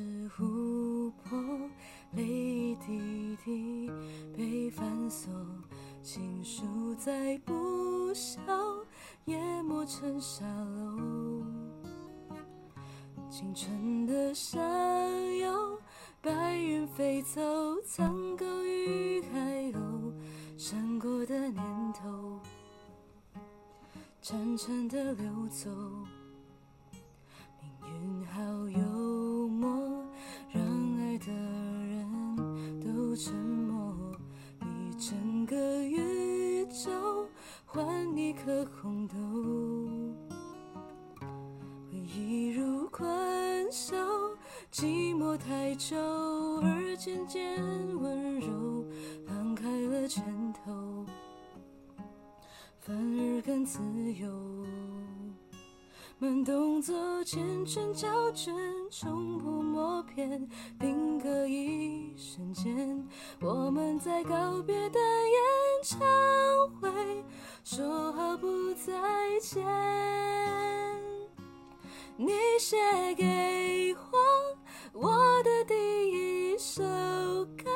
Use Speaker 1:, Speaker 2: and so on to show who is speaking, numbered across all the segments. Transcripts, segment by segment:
Speaker 1: 琥珀，泪滴滴被反锁，情书再不朽，淹没成沙漏。青春的山腰，白云飞走，苍狗与海鸥，闪过的念头，潺潺的流走。命运好幽默，让爱的人都沉默。你整个宇宙换一颗红豆。回忆如困兽，寂寞太久，而渐渐温柔，放开了拳头，反而更自由。慢动作，缱绻胶卷，冲破默片，定格一瞬间。我们在告别的演唱会，说好不再见。你写给我我的第一首歌，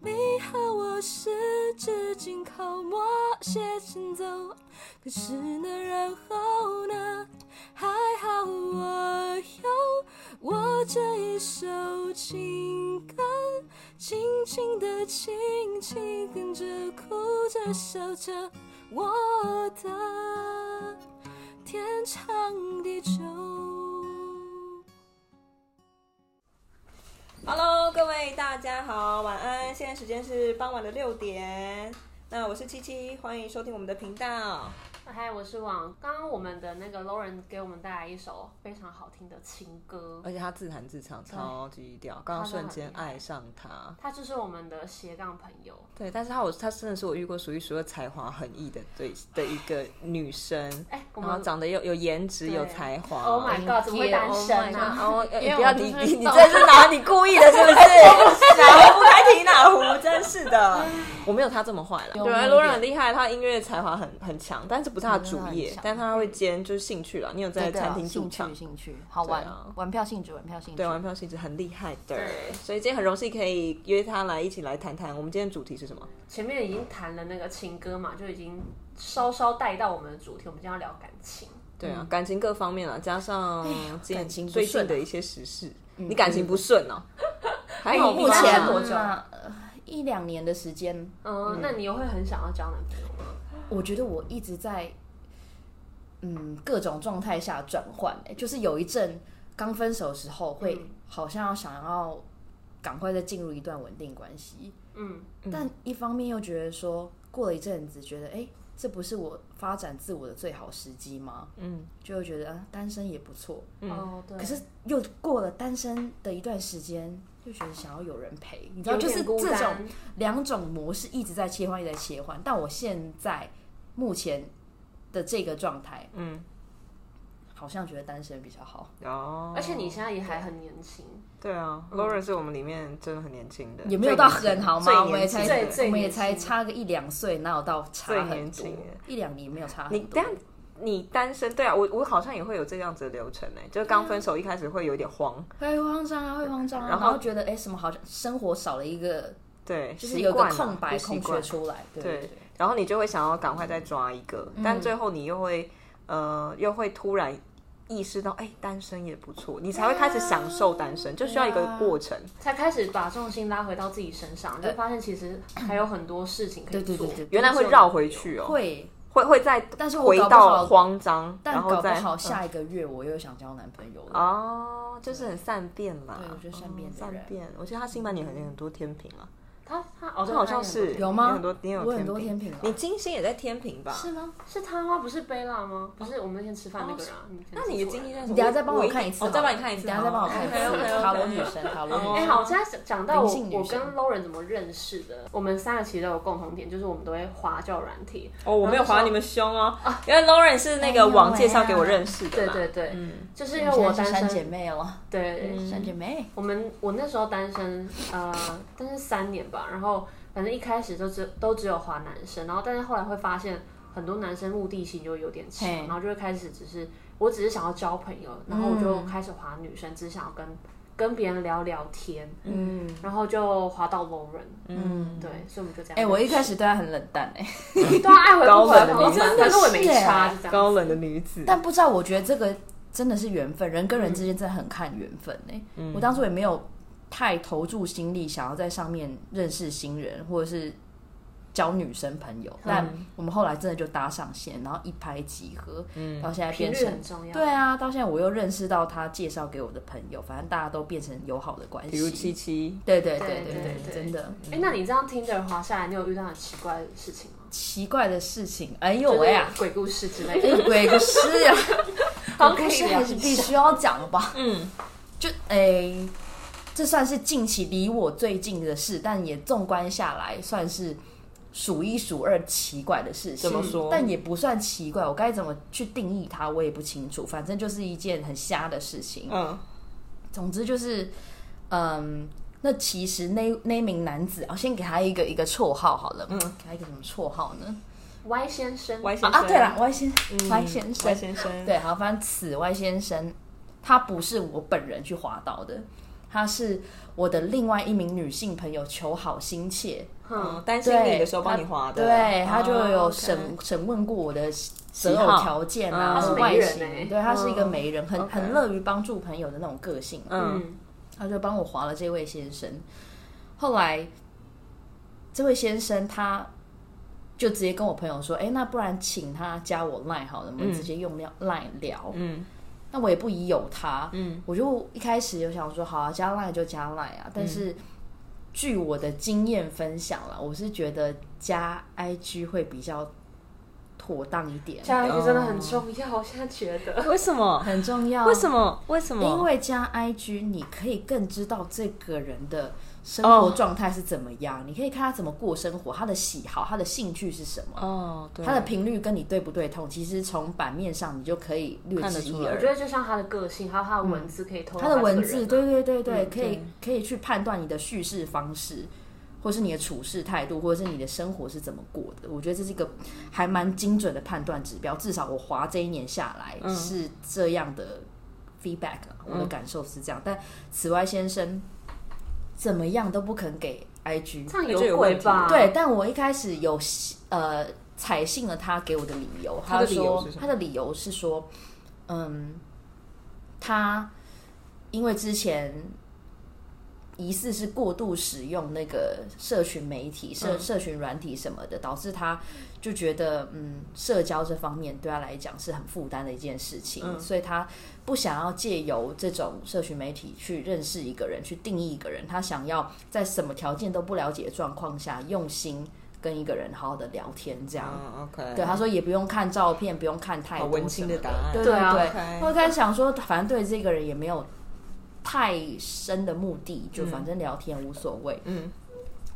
Speaker 1: 你和我是纸巾靠默写成走，可是呢，然后呢？还好我有我这一首情歌，轻轻的，轻轻跟着，哭着，笑着，我的。天长地久。
Speaker 2: Hello，各位大家好，晚安。现在时间是傍晚的六点。那我是七七，欢迎收听我们的频道。
Speaker 3: 嗨，我是王。刚刚我们的那个 Lauren 给我们带来一首非常好听的情歌，
Speaker 4: 哎
Speaker 5: 而且他自弹自唱，超级屌。刚刚瞬间爱上他，
Speaker 3: 他就是我们的斜杠朋友。
Speaker 5: 对，但是他我他真的是我遇过数一数二才华横溢的对的一个女生，
Speaker 3: 哎我
Speaker 5: 然
Speaker 3: 们
Speaker 5: 后长得又有颜值有才华。
Speaker 3: Oh my god，怎么会单身
Speaker 5: 然
Speaker 3: 啊？
Speaker 5: 后呃
Speaker 3: 因为
Speaker 5: 不要
Speaker 3: 我
Speaker 5: 你
Speaker 3: 就是
Speaker 5: 你你
Speaker 3: 懂
Speaker 5: 这是哪你 故意的， 是不
Speaker 2: 啊
Speaker 5: 是？
Speaker 2: 哪壶不开提哪壶，真是的。
Speaker 5: 我没有他这么坏了。
Speaker 3: 有
Speaker 5: 对
Speaker 3: 没有
Speaker 5: 罗 n 很厉害，他音乐才华很很强，但是不是他的主
Speaker 4: 真的很
Speaker 5: 业
Speaker 4: 强，
Speaker 5: 但他会兼就是兴趣了。你有在
Speaker 4: 对
Speaker 5: 餐
Speaker 4: 啊
Speaker 5: 厅驻
Speaker 4: 兴
Speaker 5: 唱
Speaker 4: 趣？兴趣，好玩
Speaker 5: 对啊，
Speaker 4: 玩票性质，玩票性质。
Speaker 5: 对，玩票性质很厉害
Speaker 4: Oh
Speaker 5: 的
Speaker 3: 对，
Speaker 5: 所以今天很荣幸可以约他来一起来谈谈。我们今天的主题是什么？
Speaker 3: 前面已经谈了那个情歌嘛，就已经稍稍带到我们的主题，我们今天要聊感情。
Speaker 5: 对啊，感情各方面啊，加上
Speaker 4: 嗯
Speaker 5: 近
Speaker 4: 哎感情不
Speaker 5: 最
Speaker 4: 顺啊嗯
Speaker 5: 近的一些时事，你感情不顺哦，还好吧
Speaker 3: 目
Speaker 4: 哎目
Speaker 3: 前
Speaker 4: 前
Speaker 3: 多久
Speaker 4: 嘛呃一两年的时间，
Speaker 3: 嗯，那你又会很想要交男朋友吗？
Speaker 4: 我觉得我一直在嗯各种状态下转换、欸，就是有一阵刚分手的时候会
Speaker 3: 嗯
Speaker 4: 好像要想要赶快再进入一段稳定关系，
Speaker 3: 嗯，
Speaker 4: 但一方面又觉得说过了一阵子，觉得哎、欸这不是我发展自我的最好时机吗？
Speaker 5: 嗯，
Speaker 4: 就会觉得啊单身也不错，
Speaker 3: 哦，对。
Speaker 4: 可是又过了单身的一段时间，就觉得想要有人陪，你知道，
Speaker 3: 有
Speaker 4: 就
Speaker 3: 点
Speaker 4: 是
Speaker 3: 孤
Speaker 4: 这
Speaker 3: 单
Speaker 4: 种两种模式一直在切换，一直在切换。但我现在目前的这个状态，
Speaker 5: 嗯，
Speaker 4: 好像觉得单身比较好，
Speaker 5: 哦，
Speaker 3: 而且你现在也还很年轻，
Speaker 5: 对啊，Lauren 是我们里面真的很年轻的，
Speaker 4: 嗯也没有到很好嘛，
Speaker 5: 最
Speaker 4: 我们也
Speaker 5: 年轻
Speaker 4: 才
Speaker 5: 的
Speaker 3: 最最
Speaker 4: 我们也
Speaker 3: 年轻
Speaker 4: 才差个一两岁，哪有到
Speaker 5: 最
Speaker 4: 差很多
Speaker 5: 年轻的？
Speaker 4: 一两年没有差
Speaker 5: 你
Speaker 4: 很
Speaker 5: 这
Speaker 4: 多
Speaker 5: 样。你单身对啊，我我好像也会有这样子的流程呢、就是
Speaker 4: 嗯
Speaker 5: 刚分手一开始会有点慌，
Speaker 4: 会慌张啊，会慌张啊，
Speaker 5: 然
Speaker 4: 然
Speaker 5: 后
Speaker 4: 后觉得哎、什么好像生活少了一个，
Speaker 5: 对，
Speaker 4: 就是有
Speaker 5: 习
Speaker 4: 个
Speaker 5: 惯了
Speaker 4: 空白
Speaker 5: 就习
Speaker 4: 空
Speaker 5: 惯
Speaker 4: 缺出来，对对
Speaker 5: 对，然后你就会想要赶快再抓一个，但最后你又会呃又会突然意识到，哎、单身也不错，你才会开始享受单身，就需要一个过程。
Speaker 3: 才开始把重心拉回到自己身上，就发现其实还有很多事情可以
Speaker 4: 呃对对
Speaker 3: 做。
Speaker 4: 对对，
Speaker 5: 原来会绕回去哦，
Speaker 4: 会，
Speaker 5: 会会再
Speaker 4: 但是我
Speaker 5: 回
Speaker 4: 搞不
Speaker 5: 到
Speaker 4: 好
Speaker 5: 慌张，
Speaker 4: 但
Speaker 5: 然
Speaker 4: 搞
Speaker 5: 后
Speaker 4: 不
Speaker 5: 再
Speaker 4: 好下一个月我又想交男朋友了。
Speaker 5: 哦，就是很善变啦。
Speaker 4: 对我觉得善变
Speaker 5: 哦
Speaker 4: 的
Speaker 5: 善
Speaker 4: 人
Speaker 5: 变。我记得他新版你很很多天平啊，
Speaker 3: 他他哦，
Speaker 5: 这
Speaker 3: 对
Speaker 5: 好像是
Speaker 4: 有吗
Speaker 5: 你很多，你有
Speaker 4: 我很多
Speaker 5: 天
Speaker 4: 天平啊
Speaker 5: 你金星也在天平吧？
Speaker 4: 是吗？
Speaker 3: 是他吗？不是贝拉吗？不是我们那天吃饭那个人啊。
Speaker 5: 那你的金星在什么？
Speaker 4: 你等下再帮我看一次好
Speaker 1: 哦
Speaker 5: 我
Speaker 4: 了，
Speaker 5: 再帮你看一次，
Speaker 4: 等下再帮我看一次。
Speaker 5: OK，OK，OK
Speaker 4: 塔罗女神，塔罗女
Speaker 3: 哎、
Speaker 4: 神，
Speaker 3: 好，我现在讲到我
Speaker 4: 灵性女
Speaker 3: 我
Speaker 4: 神
Speaker 3: 跟 Lauren 怎么认识的，我们三个其实都有共同点，就是我们都会滑叫软体。
Speaker 5: 哦，我没有划你们胸哦，
Speaker 1: 啊
Speaker 5: 因为 Lauren 是那
Speaker 1: 哎
Speaker 5: 个网介绍给我认识的
Speaker 3: 对
Speaker 5: 嘛。
Speaker 3: 对对，
Speaker 5: 嗯
Speaker 3: 就是因
Speaker 4: 因
Speaker 3: 为
Speaker 4: 为
Speaker 3: 我
Speaker 4: 我
Speaker 3: 单
Speaker 4: 是三姐
Speaker 3: 身，
Speaker 4: 妹哦，
Speaker 3: 对，
Speaker 1: 嗯
Speaker 4: 三姐妹，
Speaker 3: 我们我那时候单身，呃，单身三年吧，然后反正一开始都只都只有滑男生，然后但是后来会发现很多男生目的性就有点强，
Speaker 4: 嘿
Speaker 3: 然后就会开始只是我只是想要交朋友，然后我就开始滑女生，只是想要跟跟别人聊聊天，
Speaker 5: 嗯
Speaker 3: 然后就滑到 Lauren，
Speaker 5: 嗯，
Speaker 3: 对，所以我们就这样。
Speaker 1: 哎、我一开始对他很冷淡哎、
Speaker 4: 欸
Speaker 3: 对啊，爱回不回，
Speaker 5: 高冷的
Speaker 3: 反正反正我也没差，就这样。
Speaker 5: 高冷的女子，
Speaker 1: 但不知道，我觉得这个真的是缘分，人跟人
Speaker 4: 嗯
Speaker 1: 之间真的很看缘分哎、我当初也没有太投注心力，想要在上面认识新人或者是交女生朋
Speaker 4: 嗯
Speaker 1: 友。但我们后来真的就搭上线，然后一拍即合，
Speaker 4: 嗯
Speaker 1: 到现在
Speaker 3: 频
Speaker 1: 变
Speaker 3: 率
Speaker 1: 成
Speaker 3: 很重要。
Speaker 1: 对啊，到现在我又认识到他介绍给我的朋友，反正大家都变成友好的关系。
Speaker 5: 比如七七，
Speaker 1: 对对对
Speaker 3: 对
Speaker 1: 对
Speaker 3: 对
Speaker 1: 对，
Speaker 3: 对
Speaker 1: 真的
Speaker 3: 哎、那你这样听着滑下来，你有遇到很奇怪的事情吗？
Speaker 1: 奇怪的事情，哎呦喂啊！
Speaker 3: 就是鬼故事之类
Speaker 1: 哎
Speaker 3: 的，
Speaker 1: 鬼故事 啊，
Speaker 3: 好
Speaker 1: 鬼
Speaker 3: 可
Speaker 1: 故
Speaker 3: 以
Speaker 1: 事
Speaker 3: 聊
Speaker 1: 还是
Speaker 3: 一
Speaker 1: 必
Speaker 3: 下。
Speaker 1: 须要讲吧。
Speaker 5: 嗯，
Speaker 1: 就诶、这算是近期离我最近的事，但也纵观下来算是数一数二奇怪的事情。
Speaker 5: 怎么说
Speaker 1: 但也不算奇怪，我该怎么去定义它，我也不清楚。反正就是一件很瞎的事情。
Speaker 5: 嗯，
Speaker 1: 总之就是，嗯，那其实那那名男子，啊我先给他一个一个绰号好了。嗯，给他一个什么绰号呢？
Speaker 3: Y 先生，
Speaker 5: 歪先生
Speaker 1: 啊，对了，歪先
Speaker 5: 嗯
Speaker 1: 歪先生
Speaker 5: 歪，先生，
Speaker 1: 对，好，反正此外先生，他不是我本人去滑倒的，他是我的另外一名女性朋友求好心切，
Speaker 5: 嗯，
Speaker 3: 嗯，
Speaker 5: 担心
Speaker 1: 对
Speaker 5: 你的时候帮你划的，
Speaker 1: 对，他就有
Speaker 5: 哦
Speaker 1: 审、
Speaker 5: ，OK 审
Speaker 1: 审问过我的择
Speaker 5: 喜好
Speaker 1: 偶条件啊
Speaker 5: 嗯他是，
Speaker 1: 外
Speaker 3: 媒人
Speaker 1: 形，
Speaker 3: 欸
Speaker 1: 对他是一个
Speaker 5: 嗯
Speaker 1: 媒人，很
Speaker 5: OK
Speaker 1: 很乐于帮助朋友的那种个性，啊
Speaker 5: 嗯
Speaker 3: 嗯，
Speaker 1: 他就帮我划了这位先生。后来，这位先生他就直接跟我朋友说：“哎、那不然请他加我 line 好了，我们直接用 line 聊。
Speaker 5: 嗯
Speaker 1: 那我也不疑有他，
Speaker 5: 嗯，
Speaker 1: 我就一开始就想说，好啊，加赖就加赖啊。
Speaker 5: 嗯
Speaker 1: 但是、据我的经验分享啦，我是觉得加 IG 会比较妥当一
Speaker 5: 嗯
Speaker 1: 点，
Speaker 3: 下一句真的很重要，我现在觉得。
Speaker 5: 为什么？
Speaker 1: 很重要。
Speaker 5: 为什？么？为什么？
Speaker 1: 嗯因为加 IG，你可以更知道这个人的生
Speaker 5: 哦
Speaker 1: 活状态是怎么样你可以看他怎么过生活，他的喜好，他的兴趣是什么。
Speaker 5: 哦，对，
Speaker 1: 他的频率跟你对不对通，其实从版面上你就可以略
Speaker 5: 看得
Speaker 1: 知
Speaker 5: 出
Speaker 1: 一
Speaker 5: 来
Speaker 1: 二
Speaker 3: 我。觉得就像他的个性，还有他的文字可以透露
Speaker 1: 嗯他
Speaker 3: 这
Speaker 1: 的
Speaker 3: 个
Speaker 1: 文
Speaker 3: 人
Speaker 1: 字，
Speaker 3: 啊
Speaker 1: 对对对对，可以
Speaker 5: 对
Speaker 1: 可以去判断你的叙事方式，或是你的处事态度，或者是你的生活是怎么过的。我觉得这是一个还蛮精准的判断指标。至少我滑这一年下来
Speaker 3: 嗯
Speaker 1: 是这样的 feedback，、我啊的感受是这样。但此外先生怎么样都不肯给 IG，
Speaker 3: 这样
Speaker 5: 就
Speaker 3: 有
Speaker 5: 有
Speaker 3: 鬼
Speaker 5: 问题
Speaker 3: 吧？
Speaker 1: 对，，但我一开始有呃采信了他给我的理由，
Speaker 5: 他的
Speaker 1: 就
Speaker 5: 理由
Speaker 1: 说
Speaker 5: 是什么
Speaker 1: 他的理由是说，嗯，他因为之前疑似是过度使用那个社群媒体、社、
Speaker 5: 嗯
Speaker 1: 社群软体什么的，导致他就觉得嗯，社交这方面对他来讲是很负担的一件事情，
Speaker 5: 嗯
Speaker 1: 所以他不想要借由这种社群媒体去认识一个人、去定义一个人，他想要在什么条件都不了解的状况下，用心跟一个人好好的聊天，这样。
Speaker 5: 嗯，OK，
Speaker 1: 对，他说也不用看照片，不用看太
Speaker 5: 好
Speaker 1: 多
Speaker 5: 文青
Speaker 1: 什么
Speaker 5: 的答案
Speaker 1: 对
Speaker 3: 对
Speaker 1: 对
Speaker 3: 啊
Speaker 1: 对。
Speaker 5: 哦
Speaker 1: 哦
Speaker 5: OK
Speaker 1: 我在想说，反正对这个人也没有太深的目的，就反正聊天无所谓。
Speaker 5: 嗯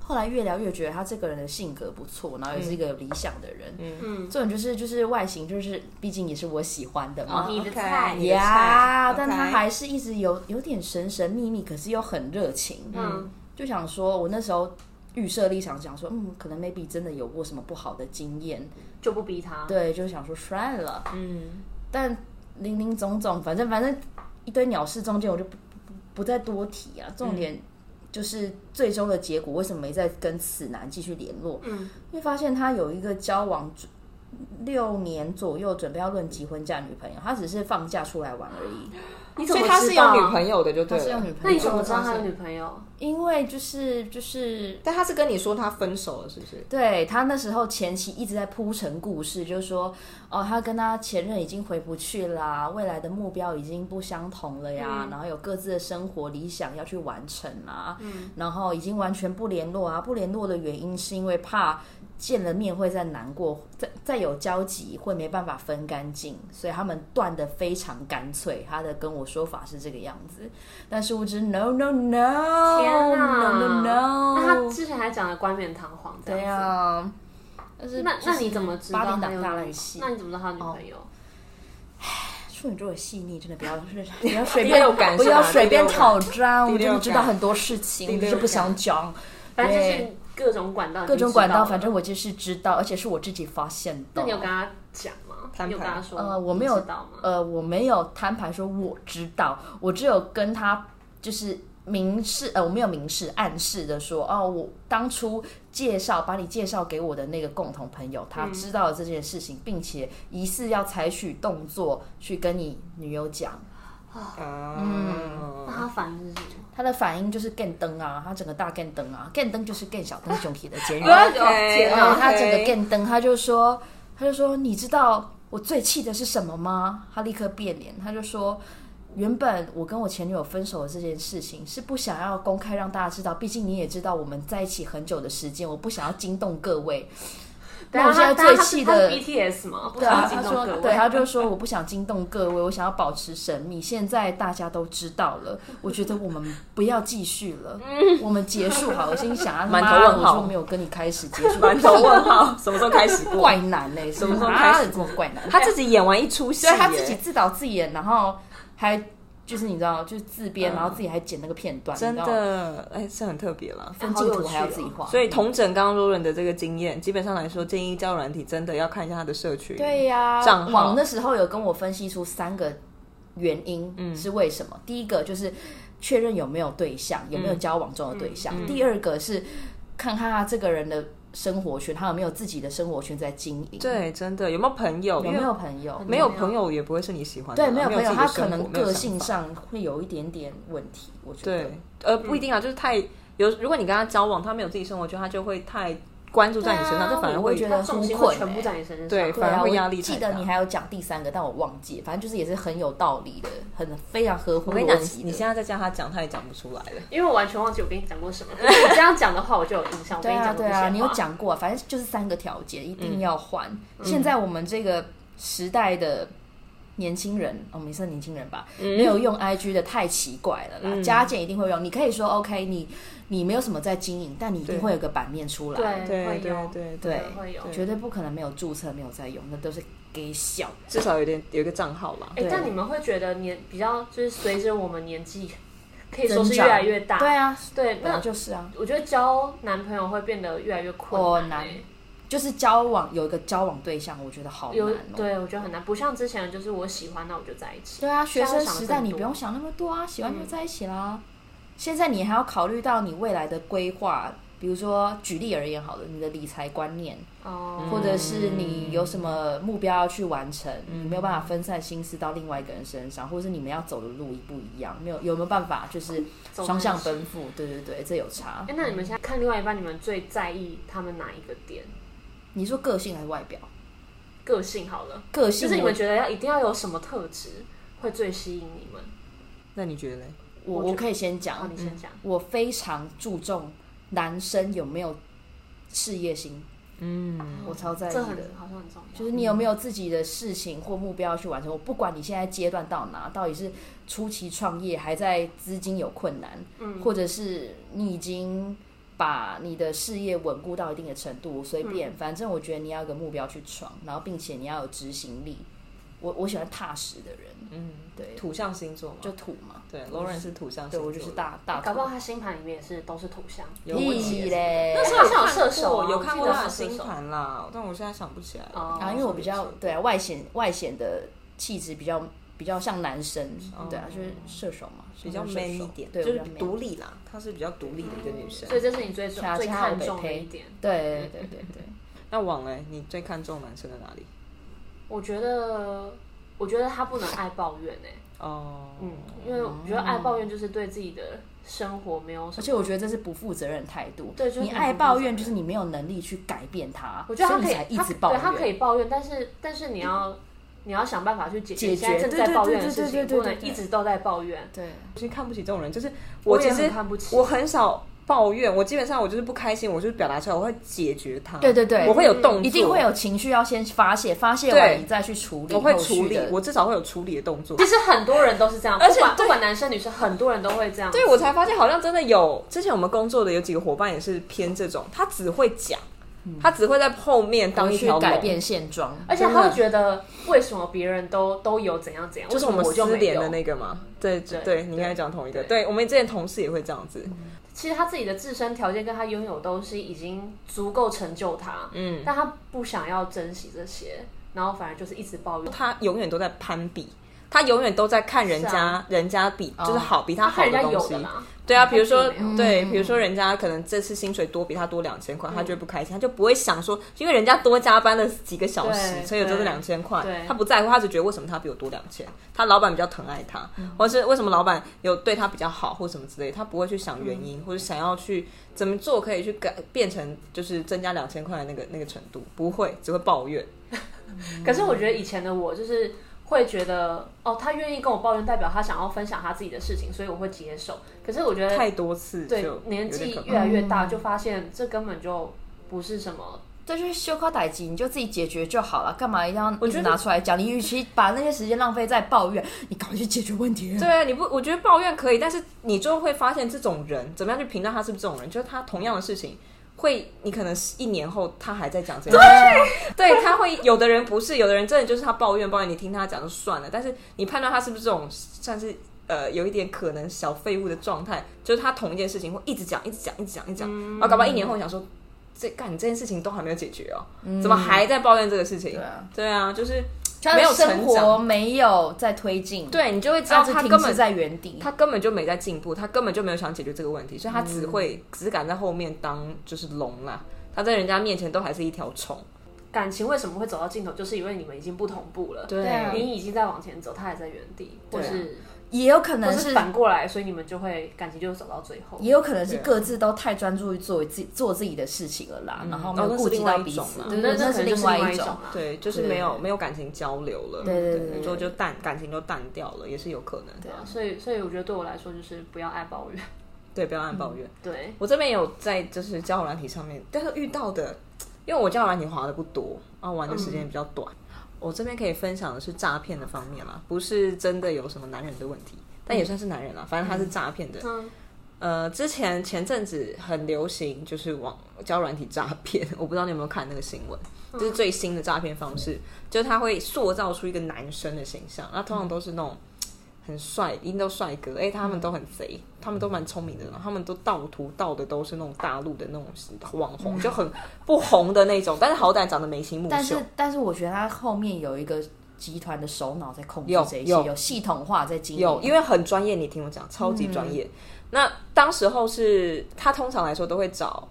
Speaker 1: 后来越聊越觉得他这个人的性格不错，然后也是一个有理想的人。
Speaker 3: 嗯，
Speaker 1: 这种就是就是外形，就是毕竟也是我喜欢的嘛。
Speaker 3: 哦你的
Speaker 5: OK，
Speaker 3: 菜
Speaker 5: 你的
Speaker 1: 呀
Speaker 5: 菜
Speaker 1: 但他
Speaker 5: OK
Speaker 1: 还是一直有有点神神秘秘，可是又很热情。
Speaker 3: 嗯，
Speaker 1: 就想说，我那时候预设立场，想说，嗯，可能 maybe 真的有过什么不好的经验，
Speaker 3: 就不逼他。
Speaker 1: 对，就想说算了。
Speaker 5: 嗯，
Speaker 1: 但林林总总，反正反正一堆鸟事中间，我就不不不再多提啊。重点就是最终的结果，为什么没再跟此男继续联络？
Speaker 3: 嗯，
Speaker 1: 因为发现他有一个交往准六年左右，准备要论及婚嫁女朋友，他只是放假出来玩而已。
Speaker 3: 你怎
Speaker 5: 所
Speaker 3: 么知
Speaker 5: 以他
Speaker 3: 道
Speaker 5: 是有女朋友的，就对
Speaker 1: 他
Speaker 5: 了。
Speaker 1: 是用女朋友，
Speaker 3: 那你怎么知道他有女朋友？
Speaker 1: 因为就是就是
Speaker 5: 但他是跟你说他分手了，是不是？
Speaker 1: 对他那时候前期一直在铺陈故事，就是说，哦，他跟他前任已经回不去啦，未来的目标已经不相同了呀，
Speaker 3: 嗯
Speaker 1: 然后有各自的生活理想要去完成啊，
Speaker 3: 嗯
Speaker 1: 然后已经完全不联络啊，不联络的原因是因为怕见了面会再难过，再再有交集会没办法分干净，所以他们断的非常干脆，他的跟我说法是这个样子，但是我知 no no no，
Speaker 3: 天
Speaker 1: ，no
Speaker 3: 哪
Speaker 1: no no，
Speaker 3: 那他之前还讲了冠冕堂皇这
Speaker 1: 对
Speaker 3: 样子。
Speaker 1: 啊，但是
Speaker 3: 那
Speaker 1: 就是
Speaker 3: 那你怎么知道
Speaker 1: 八点
Speaker 3: 他
Speaker 1: 档
Speaker 3: 有
Speaker 1: 大
Speaker 3: 女
Speaker 1: 烂？戏哦
Speaker 3: 那你怎么知道他有女朋友？
Speaker 1: 处女座的细腻，真的不要不要随 便
Speaker 5: 第六感
Speaker 1: 不
Speaker 5: 是吧
Speaker 1: 要随便
Speaker 5: 第六
Speaker 1: 挑
Speaker 5: 感
Speaker 1: 战，我
Speaker 5: 第六
Speaker 1: 真的知
Speaker 5: 感
Speaker 1: 道很多事情，
Speaker 5: 第
Speaker 1: 我
Speaker 5: 六
Speaker 1: 就
Speaker 5: 感
Speaker 1: 是不想讲。
Speaker 3: 反正就
Speaker 1: 对
Speaker 3: 是各种管道，
Speaker 1: 各种管道，
Speaker 3: 你就知了
Speaker 1: 反正我就是知道，而且是我自己发现的
Speaker 3: 那你。有跟他讲吗？
Speaker 5: 摊牌
Speaker 3: 你有跟他说？
Speaker 1: 呃，我没有
Speaker 3: 你知道吗？
Speaker 1: 呃，我没有摊牌说我知道，我只有跟他就是明示呃，我没有明示，暗示的说，哦，我当初介绍把你介绍给我的那个共同朋友，他知道了这件事情，并且疑似要采取动作去跟你女友讲。
Speaker 5: 嗯
Speaker 3: 那他反应是什么？
Speaker 1: 他的反应就是更灯啊，他整个大更灯啊，更灯就是更小灯兄弟的 监狱。
Speaker 3: 啊
Speaker 2: OK，
Speaker 1: 然后他整个
Speaker 2: OK
Speaker 1: 电灯，他就说，他就说，你知道我最气的是什么吗？他立刻变脸，他就说，原本我跟我前女友分手的这件事情是不想要公开让大家知道，毕竟你也知道我们在一起很久的时间，我不想要惊动各位。那我现在最气
Speaker 3: 但他
Speaker 1: 的
Speaker 3: 他是，BTS 嘛，不
Speaker 1: 对啊，
Speaker 3: 想
Speaker 1: 他
Speaker 3: 惊动
Speaker 1: 说
Speaker 3: 各，位。
Speaker 1: 对，他就说我不想惊动各位，我想要保持神秘。现在大家都知道了，我觉得我们不要继续了，我们结束好了。我心想啊，
Speaker 5: 嗯满头
Speaker 1: 妈的
Speaker 5: 问号
Speaker 1: 我说没有跟你开始结 束，
Speaker 5: 馒头问号，什么时候开始过？
Speaker 1: 怪男呢、欸？什
Speaker 5: 么时候开始
Speaker 1: 这么怪男？
Speaker 5: 他自己演完一出戏
Speaker 1: 对
Speaker 5: 耶，
Speaker 1: 他自己自导自演，然后还就是你知道，就是自编，然后自己还剪那个片段，
Speaker 5: 嗯真
Speaker 1: 你知道吗
Speaker 5: 的，哎，是很特别啦。
Speaker 1: 分镜图还要自己画，
Speaker 5: 哦
Speaker 1: 嗯
Speaker 5: 所以同整刚刚 r o l a n 的这个经验，基本上来说，建议交友软体真的要看一下他的社群。
Speaker 1: 对呀、
Speaker 5: 账号
Speaker 1: 网那时候有跟我分析出三个原因
Speaker 5: 嗯
Speaker 1: 是为什么。第一个就是确认有没有对象，有没有交往中的对
Speaker 5: 嗯
Speaker 1: 象；第二个是看看他这个人的生活圈，他有没有自己的生活圈在经营，，
Speaker 5: 对，真的有没有朋友？
Speaker 1: 有没有朋友，
Speaker 5: 没有朋友也不会是你喜欢的啊，
Speaker 1: 对，没有朋
Speaker 5: 自
Speaker 1: 友，
Speaker 5: 己
Speaker 1: 他
Speaker 5: 的
Speaker 1: 可
Speaker 5: 生活
Speaker 1: 能
Speaker 5: 没有
Speaker 1: 个
Speaker 5: 想
Speaker 1: 性
Speaker 5: 法
Speaker 1: 上嗯会有一点点问题，我觉得。
Speaker 5: 对，呃，不一定啊，就是太有。如果你跟他交往，他没有自己生活圈，他就会太关注在你身上，
Speaker 3: 对啊
Speaker 5: 这反而
Speaker 1: 我会觉得
Speaker 3: 他重心会全部在你身上。
Speaker 5: 对
Speaker 1: 对
Speaker 5: 反
Speaker 1: 啊，
Speaker 5: 而会压
Speaker 1: 我
Speaker 5: 力太
Speaker 1: 记得
Speaker 5: 大
Speaker 1: 你还有讲第三个，但我忘记，反正就是也是很有道理的，很非常合乎
Speaker 5: 我跟你
Speaker 1: 逻
Speaker 5: 讲，
Speaker 1: 辑的。
Speaker 5: 你现在再叫他讲，他也讲不出来了。
Speaker 3: 因为我完全忘记我跟你讲过什么。如果你这样讲的话，我就有印象。我
Speaker 1: 对
Speaker 3: 跟你
Speaker 1: 啊，
Speaker 3: 讲过
Speaker 1: 对
Speaker 3: 这些
Speaker 1: 啊，
Speaker 3: 话嗯
Speaker 1: 你有讲过、反正就是三个条件一定要换、现在我们这个时代的年轻人，哦我们也算年轻人吧、
Speaker 3: 嗯
Speaker 1: 没有用 IG 的太奇怪了啦。加减一定会用，你可以说 OK，你你没有什么在经营，但你一定
Speaker 5: 对
Speaker 1: 会有个版面出来。
Speaker 3: 对
Speaker 5: 对
Speaker 3: 会
Speaker 5: 对
Speaker 3: 有
Speaker 5: 对
Speaker 1: 对
Speaker 5: 对，
Speaker 3: 对会有
Speaker 1: 绝对不可能没有注册、没有在用，那都是给笑。
Speaker 5: 至少有点有一个账号啦。
Speaker 3: 哎、
Speaker 1: 对
Speaker 3: 但你们会觉得年比较就是随着我们年纪，可以
Speaker 1: 增
Speaker 3: 说是越
Speaker 1: 长
Speaker 3: 来越大。
Speaker 1: 对啊，
Speaker 3: 对，
Speaker 1: 本来
Speaker 3: 那
Speaker 1: 就是啊，
Speaker 3: 我觉得交男朋友会变得越来越困
Speaker 1: 哦
Speaker 3: 难、
Speaker 1: 难
Speaker 3: 欸
Speaker 1: 就是交往有一个交往对象，我觉得好难
Speaker 3: 有
Speaker 1: 哦、
Speaker 3: 对我觉得很难，不像之前就是我喜欢，那我就在一起。
Speaker 1: 对啊，学
Speaker 3: 现在
Speaker 1: 生
Speaker 3: 想得
Speaker 1: 时
Speaker 3: 更
Speaker 1: 代你
Speaker 3: 多嗯
Speaker 1: 不用想那么多啊，喜欢就在一起啦。现在你还要考虑到你未来的规划，比如说举例而言好了，你的理财观念，
Speaker 3: 哦，
Speaker 1: 或者是你有什么目标要去完成，你没有
Speaker 3: 嗯
Speaker 1: 办法分散心思到另外一个人身上，或者是你们要走的路一不一样，没有有没有办法就是
Speaker 3: 走
Speaker 1: 双向
Speaker 3: 在一
Speaker 1: 奔赴？对对对，这有差
Speaker 3: 哎、。那你们现在看另外一半，你们最在意他们哪一个点？
Speaker 1: 你说个性还是外表？
Speaker 3: 个性好了，
Speaker 1: 个
Speaker 3: 就
Speaker 1: 性
Speaker 3: 是你
Speaker 1: 我
Speaker 3: 们觉得要一定要有什么特质会最吸引你们？
Speaker 5: 那你觉得嘞？
Speaker 1: 我我可以先讲
Speaker 3: 哦，，你先讲。
Speaker 1: 我非常注重男生有没有事业心，
Speaker 5: 嗯，
Speaker 1: 我超在意
Speaker 3: 这
Speaker 1: 的。
Speaker 3: 很好像很重要，
Speaker 1: 就是你有没有自己的事情或目标去完成？我不管你现在阶段到哪，到底是初期创业，还在资金有困难，
Speaker 3: 嗯
Speaker 1: 或者是你已经把你的事业稳固到一定的程度，随便，反正我觉得你要有个目标去闯，然后并且你要有执行力。我我喜欢踏实的人，嗯，对，
Speaker 5: 土象星座嘛，
Speaker 1: 就土嘛，
Speaker 5: 对，Lauren 是土象星
Speaker 1: 对
Speaker 5: 座，
Speaker 1: 我就是大大
Speaker 3: 搞不好
Speaker 1: 土，
Speaker 3: 他星盘里面也是都是土象。
Speaker 5: 有我姐
Speaker 1: 屁嘞，
Speaker 3: 那时候好像有射手啊、
Speaker 5: 有看过
Speaker 3: 我记
Speaker 5: 他
Speaker 3: 得
Speaker 5: 的
Speaker 3: 是射
Speaker 5: 星
Speaker 3: 手
Speaker 5: 盘啦，但我现在想不起来了。
Speaker 3: 哦
Speaker 1: 啊，因为我比较对啊，外显外显的气质比较比较像男生，对啊，就是射手嘛，
Speaker 5: 比较
Speaker 1: 像射
Speaker 5: man
Speaker 1: 手
Speaker 5: 一点，
Speaker 1: 对，
Speaker 5: 就是
Speaker 1: 比较 man
Speaker 5: 独立啦，她是比较独立的一个女生
Speaker 3: 所。以这是你最
Speaker 1: 对啊
Speaker 3: 最
Speaker 1: 其他我
Speaker 3: 看
Speaker 1: 北
Speaker 3: 重的
Speaker 1: 配
Speaker 3: 一点。
Speaker 1: 对对对对对，
Speaker 5: 那网嘞，你最看重男生的哪里？
Speaker 3: 我觉得，我觉得他不能爱抱怨哎、
Speaker 5: 哦，
Speaker 3: 嗯，因为我觉得爱抱怨就是对自己的生活没有什
Speaker 1: 而
Speaker 3: 么。
Speaker 1: 且我觉得这是不负责任的态度。
Speaker 3: 对就是
Speaker 1: 你
Speaker 3: 很
Speaker 1: 爱
Speaker 3: 不负
Speaker 1: 抱
Speaker 3: 责
Speaker 1: 怨，
Speaker 3: 任
Speaker 1: 就是你没有能力去改变它，
Speaker 3: 我觉得
Speaker 1: 所
Speaker 3: 他
Speaker 1: 以你
Speaker 3: 可以
Speaker 1: 才一
Speaker 3: 他
Speaker 1: 直抱怨。
Speaker 3: 对他可以抱怨，但是但是你要你要想办法去解决
Speaker 1: 解
Speaker 3: 你现在
Speaker 1: 决
Speaker 3: 正在
Speaker 1: 对对
Speaker 3: 抱怨
Speaker 1: 对对
Speaker 3: 的事
Speaker 1: 对
Speaker 3: 情，
Speaker 1: 对
Speaker 3: 不
Speaker 1: 对
Speaker 3: 能
Speaker 1: 对
Speaker 3: 一直都在抱怨。
Speaker 1: 对，
Speaker 5: 我其实看不起这种人，就是
Speaker 3: 我
Speaker 5: 我
Speaker 3: 也
Speaker 5: 其实
Speaker 3: 很看不起
Speaker 5: 我很少抱怨，我基本上我就是不开心，我就是表达出来，我会解决它。
Speaker 1: 对对对
Speaker 5: 我会有动作，
Speaker 1: 一定会有情绪要先发泄，发泄完
Speaker 5: 对
Speaker 1: 你再去处理
Speaker 5: 我
Speaker 1: 后
Speaker 5: 会
Speaker 1: 续
Speaker 5: 处理
Speaker 1: 的。，
Speaker 5: 我至少会有处理的动作
Speaker 3: 其。实很多人都是这样，不
Speaker 5: 且
Speaker 3: 管
Speaker 5: 对
Speaker 3: 不管男生女生，很多人都会这样。
Speaker 5: 对，我才发现好像真的有，之前我们工作的有几个伙伴也是偏这种，他只会讲，他只会在后面当
Speaker 1: 我
Speaker 5: 一
Speaker 1: 去
Speaker 5: 条龙
Speaker 1: 改变现状，
Speaker 3: 而且他会觉得为什么别人都都有怎样怎样，
Speaker 5: 就是我
Speaker 3: 为
Speaker 5: 们
Speaker 3: 什么我就
Speaker 5: 失
Speaker 3: 没
Speaker 5: 联
Speaker 3: 有
Speaker 5: 的那个嘛，对对
Speaker 3: 对
Speaker 5: 对，你应该讲同一个。
Speaker 3: 对
Speaker 5: 对我们之前同事也会这样子，
Speaker 3: 其实他自己的自身条件跟他拥有都是已经足够成就他，嗯，但他不想要珍惜这些，然后反而就是一直抱怨。
Speaker 5: 他永远都在攀比，他永远都在看人
Speaker 3: 是
Speaker 5: 家、
Speaker 3: 啊
Speaker 5: 人家比就是好比他好
Speaker 3: 看人
Speaker 5: 的
Speaker 3: 家
Speaker 5: 东
Speaker 3: 有
Speaker 5: 西
Speaker 3: 的。啦，
Speaker 5: 对啊，比如
Speaker 3: 他
Speaker 5: 说
Speaker 3: 自己没有
Speaker 5: 对，
Speaker 1: 嗯
Speaker 5: 比如说人家可能这次薪水多比他多两千
Speaker 3: 嗯
Speaker 5: 块，他就会不开心，他就不会想说，因为人家多加班了几个小时，
Speaker 3: 对
Speaker 5: 所以我就是
Speaker 2: 对
Speaker 5: 两千块
Speaker 3: 对，
Speaker 5: 他不在乎，他只觉得为什么他比我多两千，他老板比较疼爱他，
Speaker 3: 嗯
Speaker 5: 或是为什么老板有对他比较好或什么之类，他不会去想原
Speaker 3: 嗯
Speaker 5: 因，或者想要去怎么做可以去改变成就是增加两千块的那个那个程度，不会，只会抱怨。
Speaker 3: 可是我觉得以前的我就是会觉得，哦，他愿意跟我抱怨，代表他想要分享他自己的事情，所以我会接受。可是我觉得
Speaker 5: 太多次就
Speaker 3: 对
Speaker 5: 有点
Speaker 3: 年纪
Speaker 5: 可怕
Speaker 3: 越来越大，就发现这根本就不是什么。
Speaker 1: 这就是羞夸歹疾，你就自己解决就好了，干嘛一定要一
Speaker 5: 觉
Speaker 1: 直
Speaker 5: 得
Speaker 1: 拿出来讲？你与其把那些时间浪费在抱怨，你赶快去解决问题。
Speaker 5: 对啊，你不，我觉得抱怨可以，但是你就会发现这种人怎么样去评断他是不是这种人，就是他同样的事情。会，你可能是一年后他还在讲这件事，对，对，他会有的人不是，有的人真的就是他抱怨抱怨，你听他讲就算了，但是你判断他是不是这种算是呃有一点可能小废物的状态，就是他同一件事情会一直讲，一直讲，一直讲，一直讲，
Speaker 1: 嗯
Speaker 5: 然后搞不好一年后想说，这干你这件事情都还没有解决哦，怎么还在抱怨这个事情？
Speaker 1: 对啊，
Speaker 5: 对啊，就是
Speaker 1: 他
Speaker 5: 没有
Speaker 1: 的
Speaker 5: 成
Speaker 1: 生
Speaker 5: 长
Speaker 1: 活没有在推进，，
Speaker 5: 对你就会知道
Speaker 1: 他是
Speaker 5: 他
Speaker 1: 停
Speaker 5: 根
Speaker 1: 滞
Speaker 5: 本
Speaker 1: 在原地。
Speaker 5: 他根本就没在进步，他根本就没有想解决这个问题，所以他只会、
Speaker 1: 嗯
Speaker 5: 只敢在后面当就是龙啦。他在人家面前都还是一条虫，
Speaker 3: 感情为什么会走到尽头，就是因为你们已经不同步了。
Speaker 5: 对
Speaker 1: 啊
Speaker 3: 你已经在往前走，他还在原地，或
Speaker 5: 对啊
Speaker 3: 是、
Speaker 1: 也有可
Speaker 3: 或
Speaker 1: 能
Speaker 3: 是
Speaker 1: 是，
Speaker 3: 反过来，所以你们就会感情就走到最后。
Speaker 1: 也有可能是
Speaker 5: 对啊
Speaker 1: 各自都太专注于做自己做自己的事情了啦，然后没
Speaker 5: 哦
Speaker 1: 有
Speaker 5: 那是
Speaker 1: 顾及
Speaker 5: 另外
Speaker 1: 到
Speaker 5: 一
Speaker 1: 彼
Speaker 5: 种
Speaker 1: 此
Speaker 5: 啦，
Speaker 1: 对
Speaker 3: 那
Speaker 1: 那
Speaker 3: 可
Speaker 1: 是
Speaker 3: 能就是
Speaker 1: 另外
Speaker 3: 另外
Speaker 1: 一
Speaker 3: 种
Speaker 1: 种。
Speaker 3: 啦。
Speaker 5: 对，就是没有没有感情交流了，
Speaker 1: 对对对对啊
Speaker 5: 你说就淡感情就淡掉了，也是有可能的。
Speaker 3: 所以，所以我觉得对我来说就是不要爱抱怨。
Speaker 5: 对，不要按抱怨。
Speaker 1: 嗯
Speaker 3: 对，
Speaker 5: 我这边也有在就是交友软体上面，但是遇到的，因为我交友软体滑的不多，然后玩的时间也比较短。
Speaker 1: 嗯
Speaker 5: 我这边可以分享的是诈骗的方面啦，不是真的有什么男人的问题，但也算是男人啦，反正他是诈骗的。
Speaker 3: 嗯，
Speaker 5: 呃，之前前阵子很流行，就是网交友软体诈骗， 我不知道你有没有看那个新闻，
Speaker 1: 嗯
Speaker 5: 就是最新的诈骗方式，就是他会塑造出一个男生的形象，那通常都是那种很帅，一定都帅哥，哎、他们都很贼，他们都蛮聪明的，然后他们都盗图盗的都是那种大陆的那种网红，就很不红的那种，但是好歹长得眉清目秀，
Speaker 1: 但是，但是我觉得他后面有一个集团的首脑在控制
Speaker 5: 有
Speaker 1: 这一切，
Speaker 5: 有
Speaker 1: 有系统化在经营。
Speaker 5: 有，因为很专业，你听我讲，超级专业。那当时候是他通常来说都会找，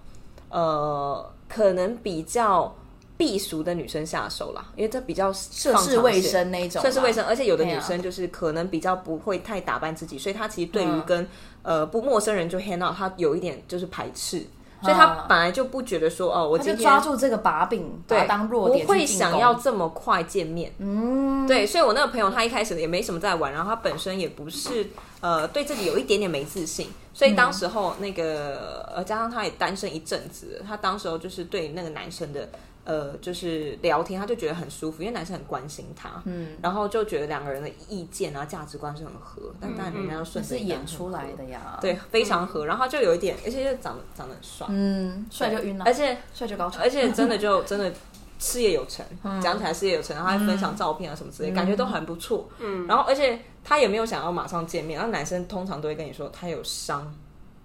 Speaker 5: 呃，可能比较避俗的女生下手啦，因为这比较涉
Speaker 1: 涉世未，深那一种啦，
Speaker 5: 涉世未深，而且有的
Speaker 1: 对
Speaker 5: 女
Speaker 1: 啊
Speaker 5: 生就是可能比较不会太打扮自己，所以她其实对于跟、呃不陌生人就 hang out，她有一点就是排斥，所以她
Speaker 1: 嗯
Speaker 5: 本来就不觉得说哦，我
Speaker 1: 他就
Speaker 5: 今天
Speaker 1: 抓住这个把柄，把它当弱点
Speaker 5: 不会
Speaker 1: 去进攻
Speaker 5: 想要这么快见面。
Speaker 1: 嗯，
Speaker 5: 对，所以我那个朋友他一开始也没什么在玩，然后他本身也不是呃对自己有一点点没自信，所以
Speaker 1: 嗯
Speaker 5: 当时候那个呃加上他也单身一阵子，他当时候就是对那个男生的呃就是聊天，他就觉得很舒服，因为男生很关心他，嗯，然后就觉得两个人的意见啊价值观是很合，但当然人家就顺
Speaker 1: 嗯是
Speaker 5: 着
Speaker 1: 演出来的，呀。
Speaker 5: 对，，非常合，然后他就有一点，而且又长得长得很帅，
Speaker 1: 嗯，帅就晕了，
Speaker 5: 而且
Speaker 1: 帅就高潮，
Speaker 5: 而且真 的就真的事业有成，
Speaker 1: 嗯
Speaker 5: 讲起来事业有成，然后还分享照片啊什么之类，感觉都很不错。嗯，然后而且他也没有想要马上见面，然后男生通常都会跟你说他有伤，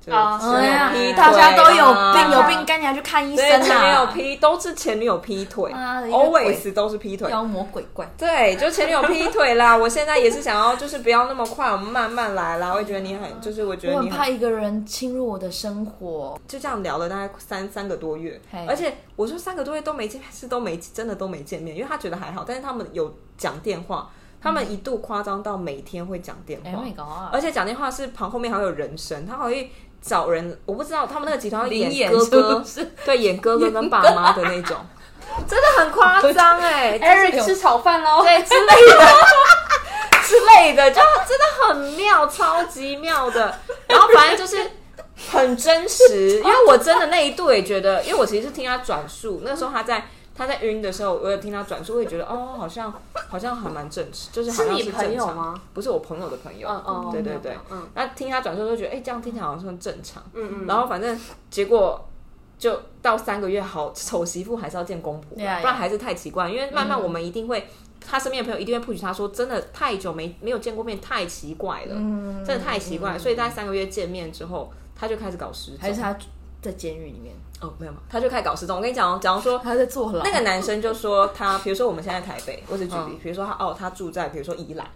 Speaker 5: 就是
Speaker 3: 啊
Speaker 5: 前
Speaker 1: 哎
Speaker 5: 面
Speaker 1: 呀
Speaker 5: 有劈腿啊
Speaker 1: 大家都有病，有
Speaker 3: 啊
Speaker 1: 病赶紧去看医
Speaker 5: 对，
Speaker 1: 生
Speaker 5: 前女友
Speaker 1: 啦。
Speaker 5: 劈都是前女友劈腿
Speaker 1: 妈的一个鬼
Speaker 5: ，always 都是劈腿。
Speaker 1: 妖魔鬼怪，
Speaker 5: 对，就前女友劈腿啦。我现在也是想要，就是不要那么快，我们慢慢来啦。我也觉得你很，就是我觉
Speaker 1: 我
Speaker 5: 得
Speaker 1: 很
Speaker 5: 你
Speaker 1: 怕一个人侵入我的生活。
Speaker 5: 就这样聊了大概三三个多月
Speaker 1: 嘿，
Speaker 5: 而且我说三个多月都没见，是都没真的都没见面，因为他觉得还好，但是他们有讲电话，他们一度夸张到每天会讲电
Speaker 1: Oh
Speaker 5: 话，
Speaker 1: my god！
Speaker 5: 而且讲电话是旁后面还会有人声，他还会找人，我不知道他们那个集团会
Speaker 1: 灵
Speaker 5: 演
Speaker 1: 眼
Speaker 5: 哥
Speaker 1: 是
Speaker 5: 哥，
Speaker 1: 不是？
Speaker 5: 对，演哥哥跟爸妈的那 种，真的很夸张哎
Speaker 3: Eric 吃炒饭喽。对，
Speaker 5: 之类的之类的，就真的很妙，超级妙 的。然后反正就是很真 实，因为我真的那一度也觉得，因为我其实是听他转述，那时候他在。他在晕的时候，我有听他转述，我也觉得哦，好像好像还蛮正常，就是好
Speaker 3: 是
Speaker 5: 像
Speaker 3: 你
Speaker 5: 正
Speaker 3: 朋友
Speaker 5: 常？
Speaker 3: 吗？
Speaker 5: 不是我朋友的朋友，
Speaker 3: 嗯嗯，
Speaker 5: 对对对。
Speaker 3: 嗯
Speaker 5: 那听他转述就觉得，哎、这样听起来好像很正常。
Speaker 3: 嗯嗯。
Speaker 5: 然后反正结果就到三个月好，丑媳妇还是要见公婆，不
Speaker 1: 对啊
Speaker 5: 然还是太奇怪。因为
Speaker 3: 嗯
Speaker 5: 慢慢我们一定会，他身边的朋友一定会 push 他说，真的太久没没有见过面，太奇怪了，
Speaker 1: 嗯，
Speaker 5: 真的太奇怪了。所以大概三个月见面之后，他就开始搞失
Speaker 1: 还是
Speaker 5: 踪。
Speaker 1: 他在监狱里面，
Speaker 5: 哦，没有嘛，他就开始搞失踪。我跟你讲哦，假如说
Speaker 1: 他在坐牢。
Speaker 5: 那个男生就说他，比如说我们现在台北，我只举例
Speaker 1: 嗯，
Speaker 5: 比如说他哦，他住在比如说宜兰，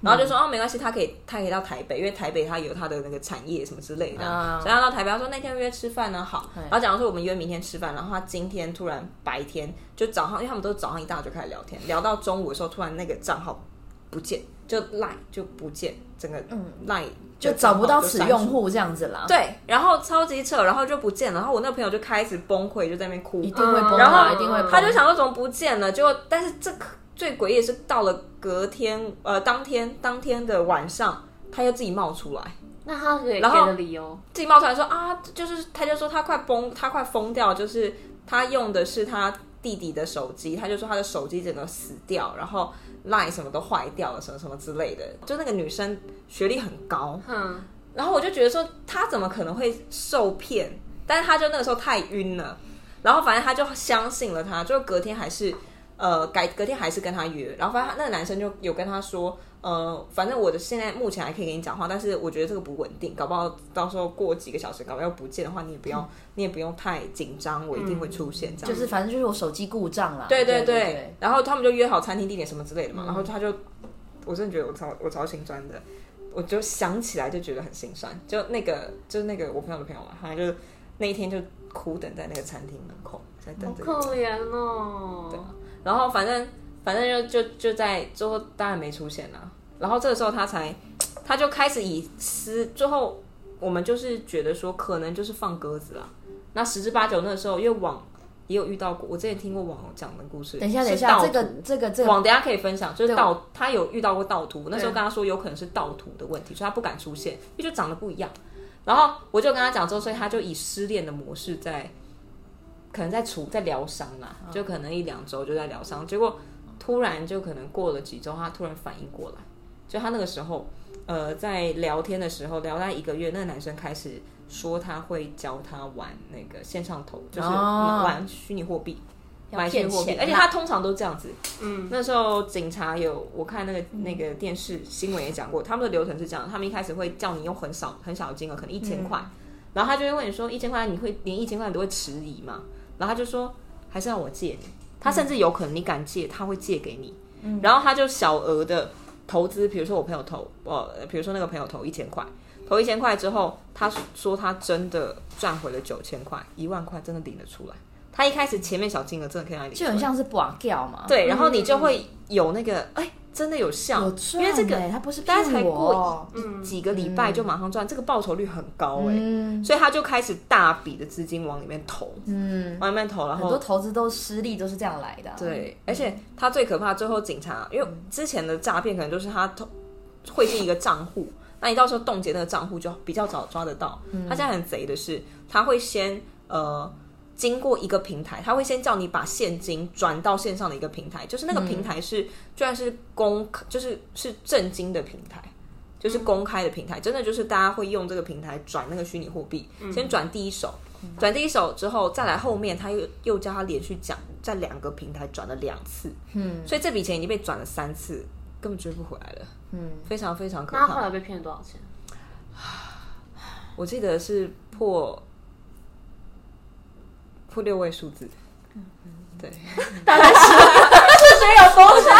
Speaker 5: 然后就说哦没关系，他可以他可以到台北，因为台北他有他的那个产业什么之类的，
Speaker 1: 啊哎
Speaker 5: 所以他到台北，他说那天约吃饭呢好，然后假如说我们约明天吃饭，然后他今天突然白天就早上，因为他们都是早上一大早就开始聊天，聊到中午的时候，突然那个账号不见，就赖就不见，整个赖
Speaker 1: 嗯就找不到
Speaker 5: 账号就
Speaker 1: 此
Speaker 5: 删除
Speaker 1: 用户这样子啦。，
Speaker 5: 对，然后超级扯，然后就不见了。然后我那个朋友就开始崩溃，就在那边哭，
Speaker 1: 一定会崩
Speaker 3: 嗯
Speaker 1: 的，
Speaker 5: 然后
Speaker 1: 一定会崩。
Speaker 5: 他就想说怎么不见了，结果但是这最诡异的是到了隔天呃当天当天的晚上，他又自己冒出来，
Speaker 3: 那他给给
Speaker 5: 然后
Speaker 3: 的理由，
Speaker 5: 自己冒出来说啊，就是他就说他快崩，他快疯掉，就是他用的是他弟弟的手机，他就说他的手机整个死掉，然后 line 什么都坏掉了，什么什么之类的。就那个女生学历很高，
Speaker 3: 嗯，
Speaker 5: 然后我就觉得说他怎么可能会受骗？但是他就那个时候太晕了，然后反正他就相信了他，就隔天还是呃改隔天还是跟他约，然后反正他那个男生就有跟他说，呃，反正我的现在目前还可以跟你讲话，但是我觉得这个不稳定，搞不好到时候过几个小时，搞不好又不见的话，你也不要你也不用太紧张，我一定会出现这样子。
Speaker 1: 就是反正就是我手机故障啦。
Speaker 5: 对
Speaker 1: 对嗯
Speaker 5: 对对，然后他们就约好餐厅地点什么之类的嘛，然后他就，我真的觉得我超我超心酸的，我就想起来就觉得很心酸，就那个就是那个我朋友的朋友嘛，他就那一天就苦等在那个餐厅门口在等
Speaker 3: 好
Speaker 5: 这
Speaker 3: 可
Speaker 5: 个，
Speaker 3: 怜哦。
Speaker 5: 然后反正反正就就就在最后当然没出现啦，然后这个时候他才他就开始以私最后我们就是觉得说可能就是放鸽子啦，那十之八九那时候因为网。也有遇到过，我之前听过网友讲的故事。
Speaker 1: 等一下，等一
Speaker 5: 是
Speaker 1: 下，
Speaker 5: 盗
Speaker 1: 这个
Speaker 5: 图
Speaker 1: 这个这个
Speaker 5: 网等一下可以分享，就是
Speaker 1: 对
Speaker 5: 盗，他有遇到过盗图，那时候跟他说有可能是盗图的问题，所以他不敢出现，因为就长得不一样。然后我就跟他讲之后，所以他就以失恋的模式在，可能在处在疗伤啦，
Speaker 1: 嗯
Speaker 5: 就可能一两周就在疗伤，结果突然就可能过了几周，他突然反应过来，就他那个时候，呃，在聊天的时候聊到一个月，那个男生开始说他会教他玩那个线上投，就是
Speaker 1: 哦
Speaker 5: 玩虚拟货币。买
Speaker 1: 骗
Speaker 5: 进货币，
Speaker 1: 钱啊
Speaker 5: 而且
Speaker 1: 啦
Speaker 5: 他通常都这样子。嗯，那时候警察有我看那个那个电视新闻也讲过，他们的流程是这样：他们一开始会叫你用很少很少的金额，可能一千块，
Speaker 1: 嗯
Speaker 5: 然后他就会问你说一千块你会连一千块你都会迟疑嘛？然后他就说还是要我借你，
Speaker 1: 嗯
Speaker 5: 他甚至有可能你敢借，他会借给你。然后他就小额的投资，比如说我朋友投，呃，比如说那个朋友投一千块，投一千块之后，他说他真的赚回了九千块，一万块真的领得出来。他一开始前面小金额真的可以让你领出
Speaker 1: 就
Speaker 5: 来，
Speaker 1: 很像是寡掉嘛。，
Speaker 5: 对，然后你就会有那个，哎、真的有效，
Speaker 1: 有赚
Speaker 5: 因为这个
Speaker 1: 欸他不是
Speaker 5: 大家才
Speaker 1: 骗我
Speaker 5: 过一
Speaker 3: 嗯
Speaker 5: 几个礼拜就马上赚，这个报酬率很高哎、
Speaker 1: 嗯
Speaker 5: 所以他就开始大笔的资金往里面投，
Speaker 1: 嗯，
Speaker 5: 往里面投，然
Speaker 1: 很多
Speaker 5: 后
Speaker 1: 投资都失利都是这样来的啊。
Speaker 5: 对，而且他最可怕，最后警察因为之前的诈骗可能就是他投汇进一个账户，那你到时候冻结那个账户就比较早抓得到。他现在很贼的是，他会先呃。经过一个平台，他会先叫你把现金转到线上的一个平台，就是那个平台是、居然是公，就是是正经的平台，就是公开的平台，真的就是大家会用这个平台转那个虚拟货币，
Speaker 3: 嗯
Speaker 5: 先转第一手，转第一手之后，再来后面他又又叫他连续讲在两个平台转了两次，嗯，所以这笔钱已经被转了三次，根本追不回来了，嗯，非常非常可
Speaker 3: 那他后来
Speaker 5: 怕。
Speaker 3: 被骗了多少钱？
Speaker 5: 我记得是破破六位数字，
Speaker 3: 嗯
Speaker 5: 对，
Speaker 1: 没有风险，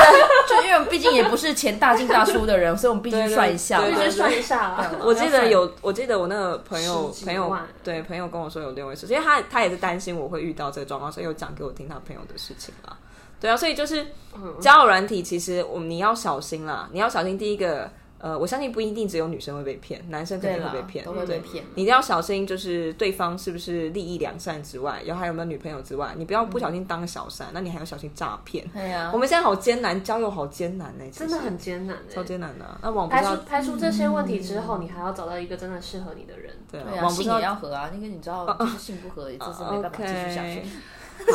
Speaker 1: 就因为我们毕竟也不是钱大进大出的 人，所以我们必须算一下嘛。
Speaker 5: 对对对
Speaker 3: 就算一下啦。
Speaker 5: 我记得有，我记得我那个朋友
Speaker 3: 十几
Speaker 5: 朋友
Speaker 3: 万
Speaker 5: 对朋友跟我说有六位数，因为他他也是担心我会遇到这个状况，所以有讲给我听他朋友的事情啦。对啊，所以就是
Speaker 1: 嗯
Speaker 5: 交友软体，其实我们你要小心啦，你要小心。第一个，呃，我相信不一定只有女生会被骗，男生肯
Speaker 1: 对
Speaker 5: 定
Speaker 1: 啦
Speaker 5: 会被骗，
Speaker 1: 都会被骗。
Speaker 5: 你一定要小心，就是对方是不是利益良善之外，然后还有没有女朋友之外，你不要不小心当个小三，那你还要小心诈骗。
Speaker 1: 对呀
Speaker 5: 我，们现在好艰难，交友好艰难呢、
Speaker 3: 真的很艰难
Speaker 5: 超
Speaker 3: 哎。
Speaker 5: 艰难的啊、那网不
Speaker 3: 排
Speaker 5: 知道
Speaker 3: 除排除这些问题之后，你还要找到一个真的适合你的人。
Speaker 5: 对啊
Speaker 1: 对啊，
Speaker 5: 网不知
Speaker 1: 性
Speaker 5: 道
Speaker 1: 也要合啊，因为你知道，就是性不合，这是没办法继续下去
Speaker 5: OK。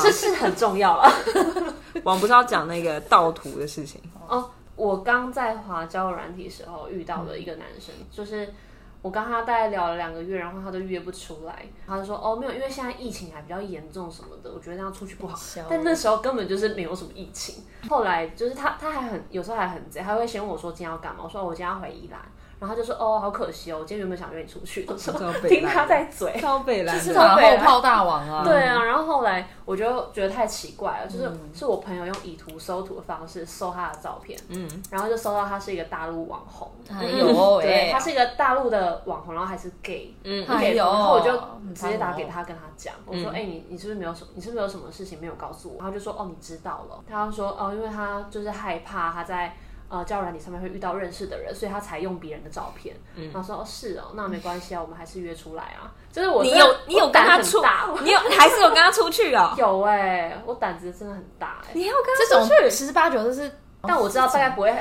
Speaker 3: 这是很重要了。
Speaker 5: 网不是要讲那个盗图的事情，
Speaker 3: 哦，我刚在华交友软体时候遇到了一个男生，就是我跟他大概聊了两个月，然后他都约不出来，他就说哦没有，因为现在疫情还比较严重什么的，我觉得那样出去不好
Speaker 1: 笑。
Speaker 3: 但那时候根本就是没有什么疫情。后来就是他他还很有时候还很贼，他会先问我说今天要干嘛，我说哦我今天要回宜兰。然后他就说哦，好可惜哦，我今天原本想约你出去，我说
Speaker 5: 这么北
Speaker 3: 听
Speaker 5: 蓝
Speaker 3: 他在嘴，
Speaker 5: 超北蓝
Speaker 3: 是
Speaker 5: 的，
Speaker 3: 他
Speaker 1: 然
Speaker 3: 北
Speaker 1: 后
Speaker 3: 来
Speaker 1: 炮大王啊，
Speaker 3: 对
Speaker 5: 嗯
Speaker 3: 啊，然后后来我就觉得太奇怪了，就是是我朋友用以图搜图的方式搜他的照片，嗯，然后就搜到他是一个大陆网红，
Speaker 5: 啊
Speaker 3: 嗯
Speaker 1: 哎
Speaker 5: 哦
Speaker 1: 呦
Speaker 3: 对，
Speaker 1: 喂，
Speaker 3: 他是一个大陆的网红，然后还是 gay，嗯
Speaker 1: 哎呦
Speaker 3: 然后我
Speaker 5: 哦
Speaker 3: 就直接打给他，跟他讲，我
Speaker 5: 嗯
Speaker 3: 说，哎、你你是不是没有什么，你是不是有什么事情没有告诉我？然后就说，哦，你知道了。他就说，哦，因为他就是害怕他在。呃，交友软体上面会遇到认识的人，所以他才用别人的照片。
Speaker 5: 嗯
Speaker 3: 然后说哦，是哦，那没关系啊，我们还是约出来啊。就是我
Speaker 5: 你
Speaker 3: 真的
Speaker 5: 有你有
Speaker 3: 我
Speaker 5: 跟
Speaker 3: 胆
Speaker 5: 他
Speaker 3: 很
Speaker 5: 出
Speaker 3: 大，
Speaker 5: 你有还是有跟他出去哦？
Speaker 3: 有哎、我胆子真的很大哎、
Speaker 5: 你还有跟
Speaker 1: 这
Speaker 5: 他
Speaker 1: 种
Speaker 5: 出去？
Speaker 1: 十之八九都是，
Speaker 3: 但我知道大概不会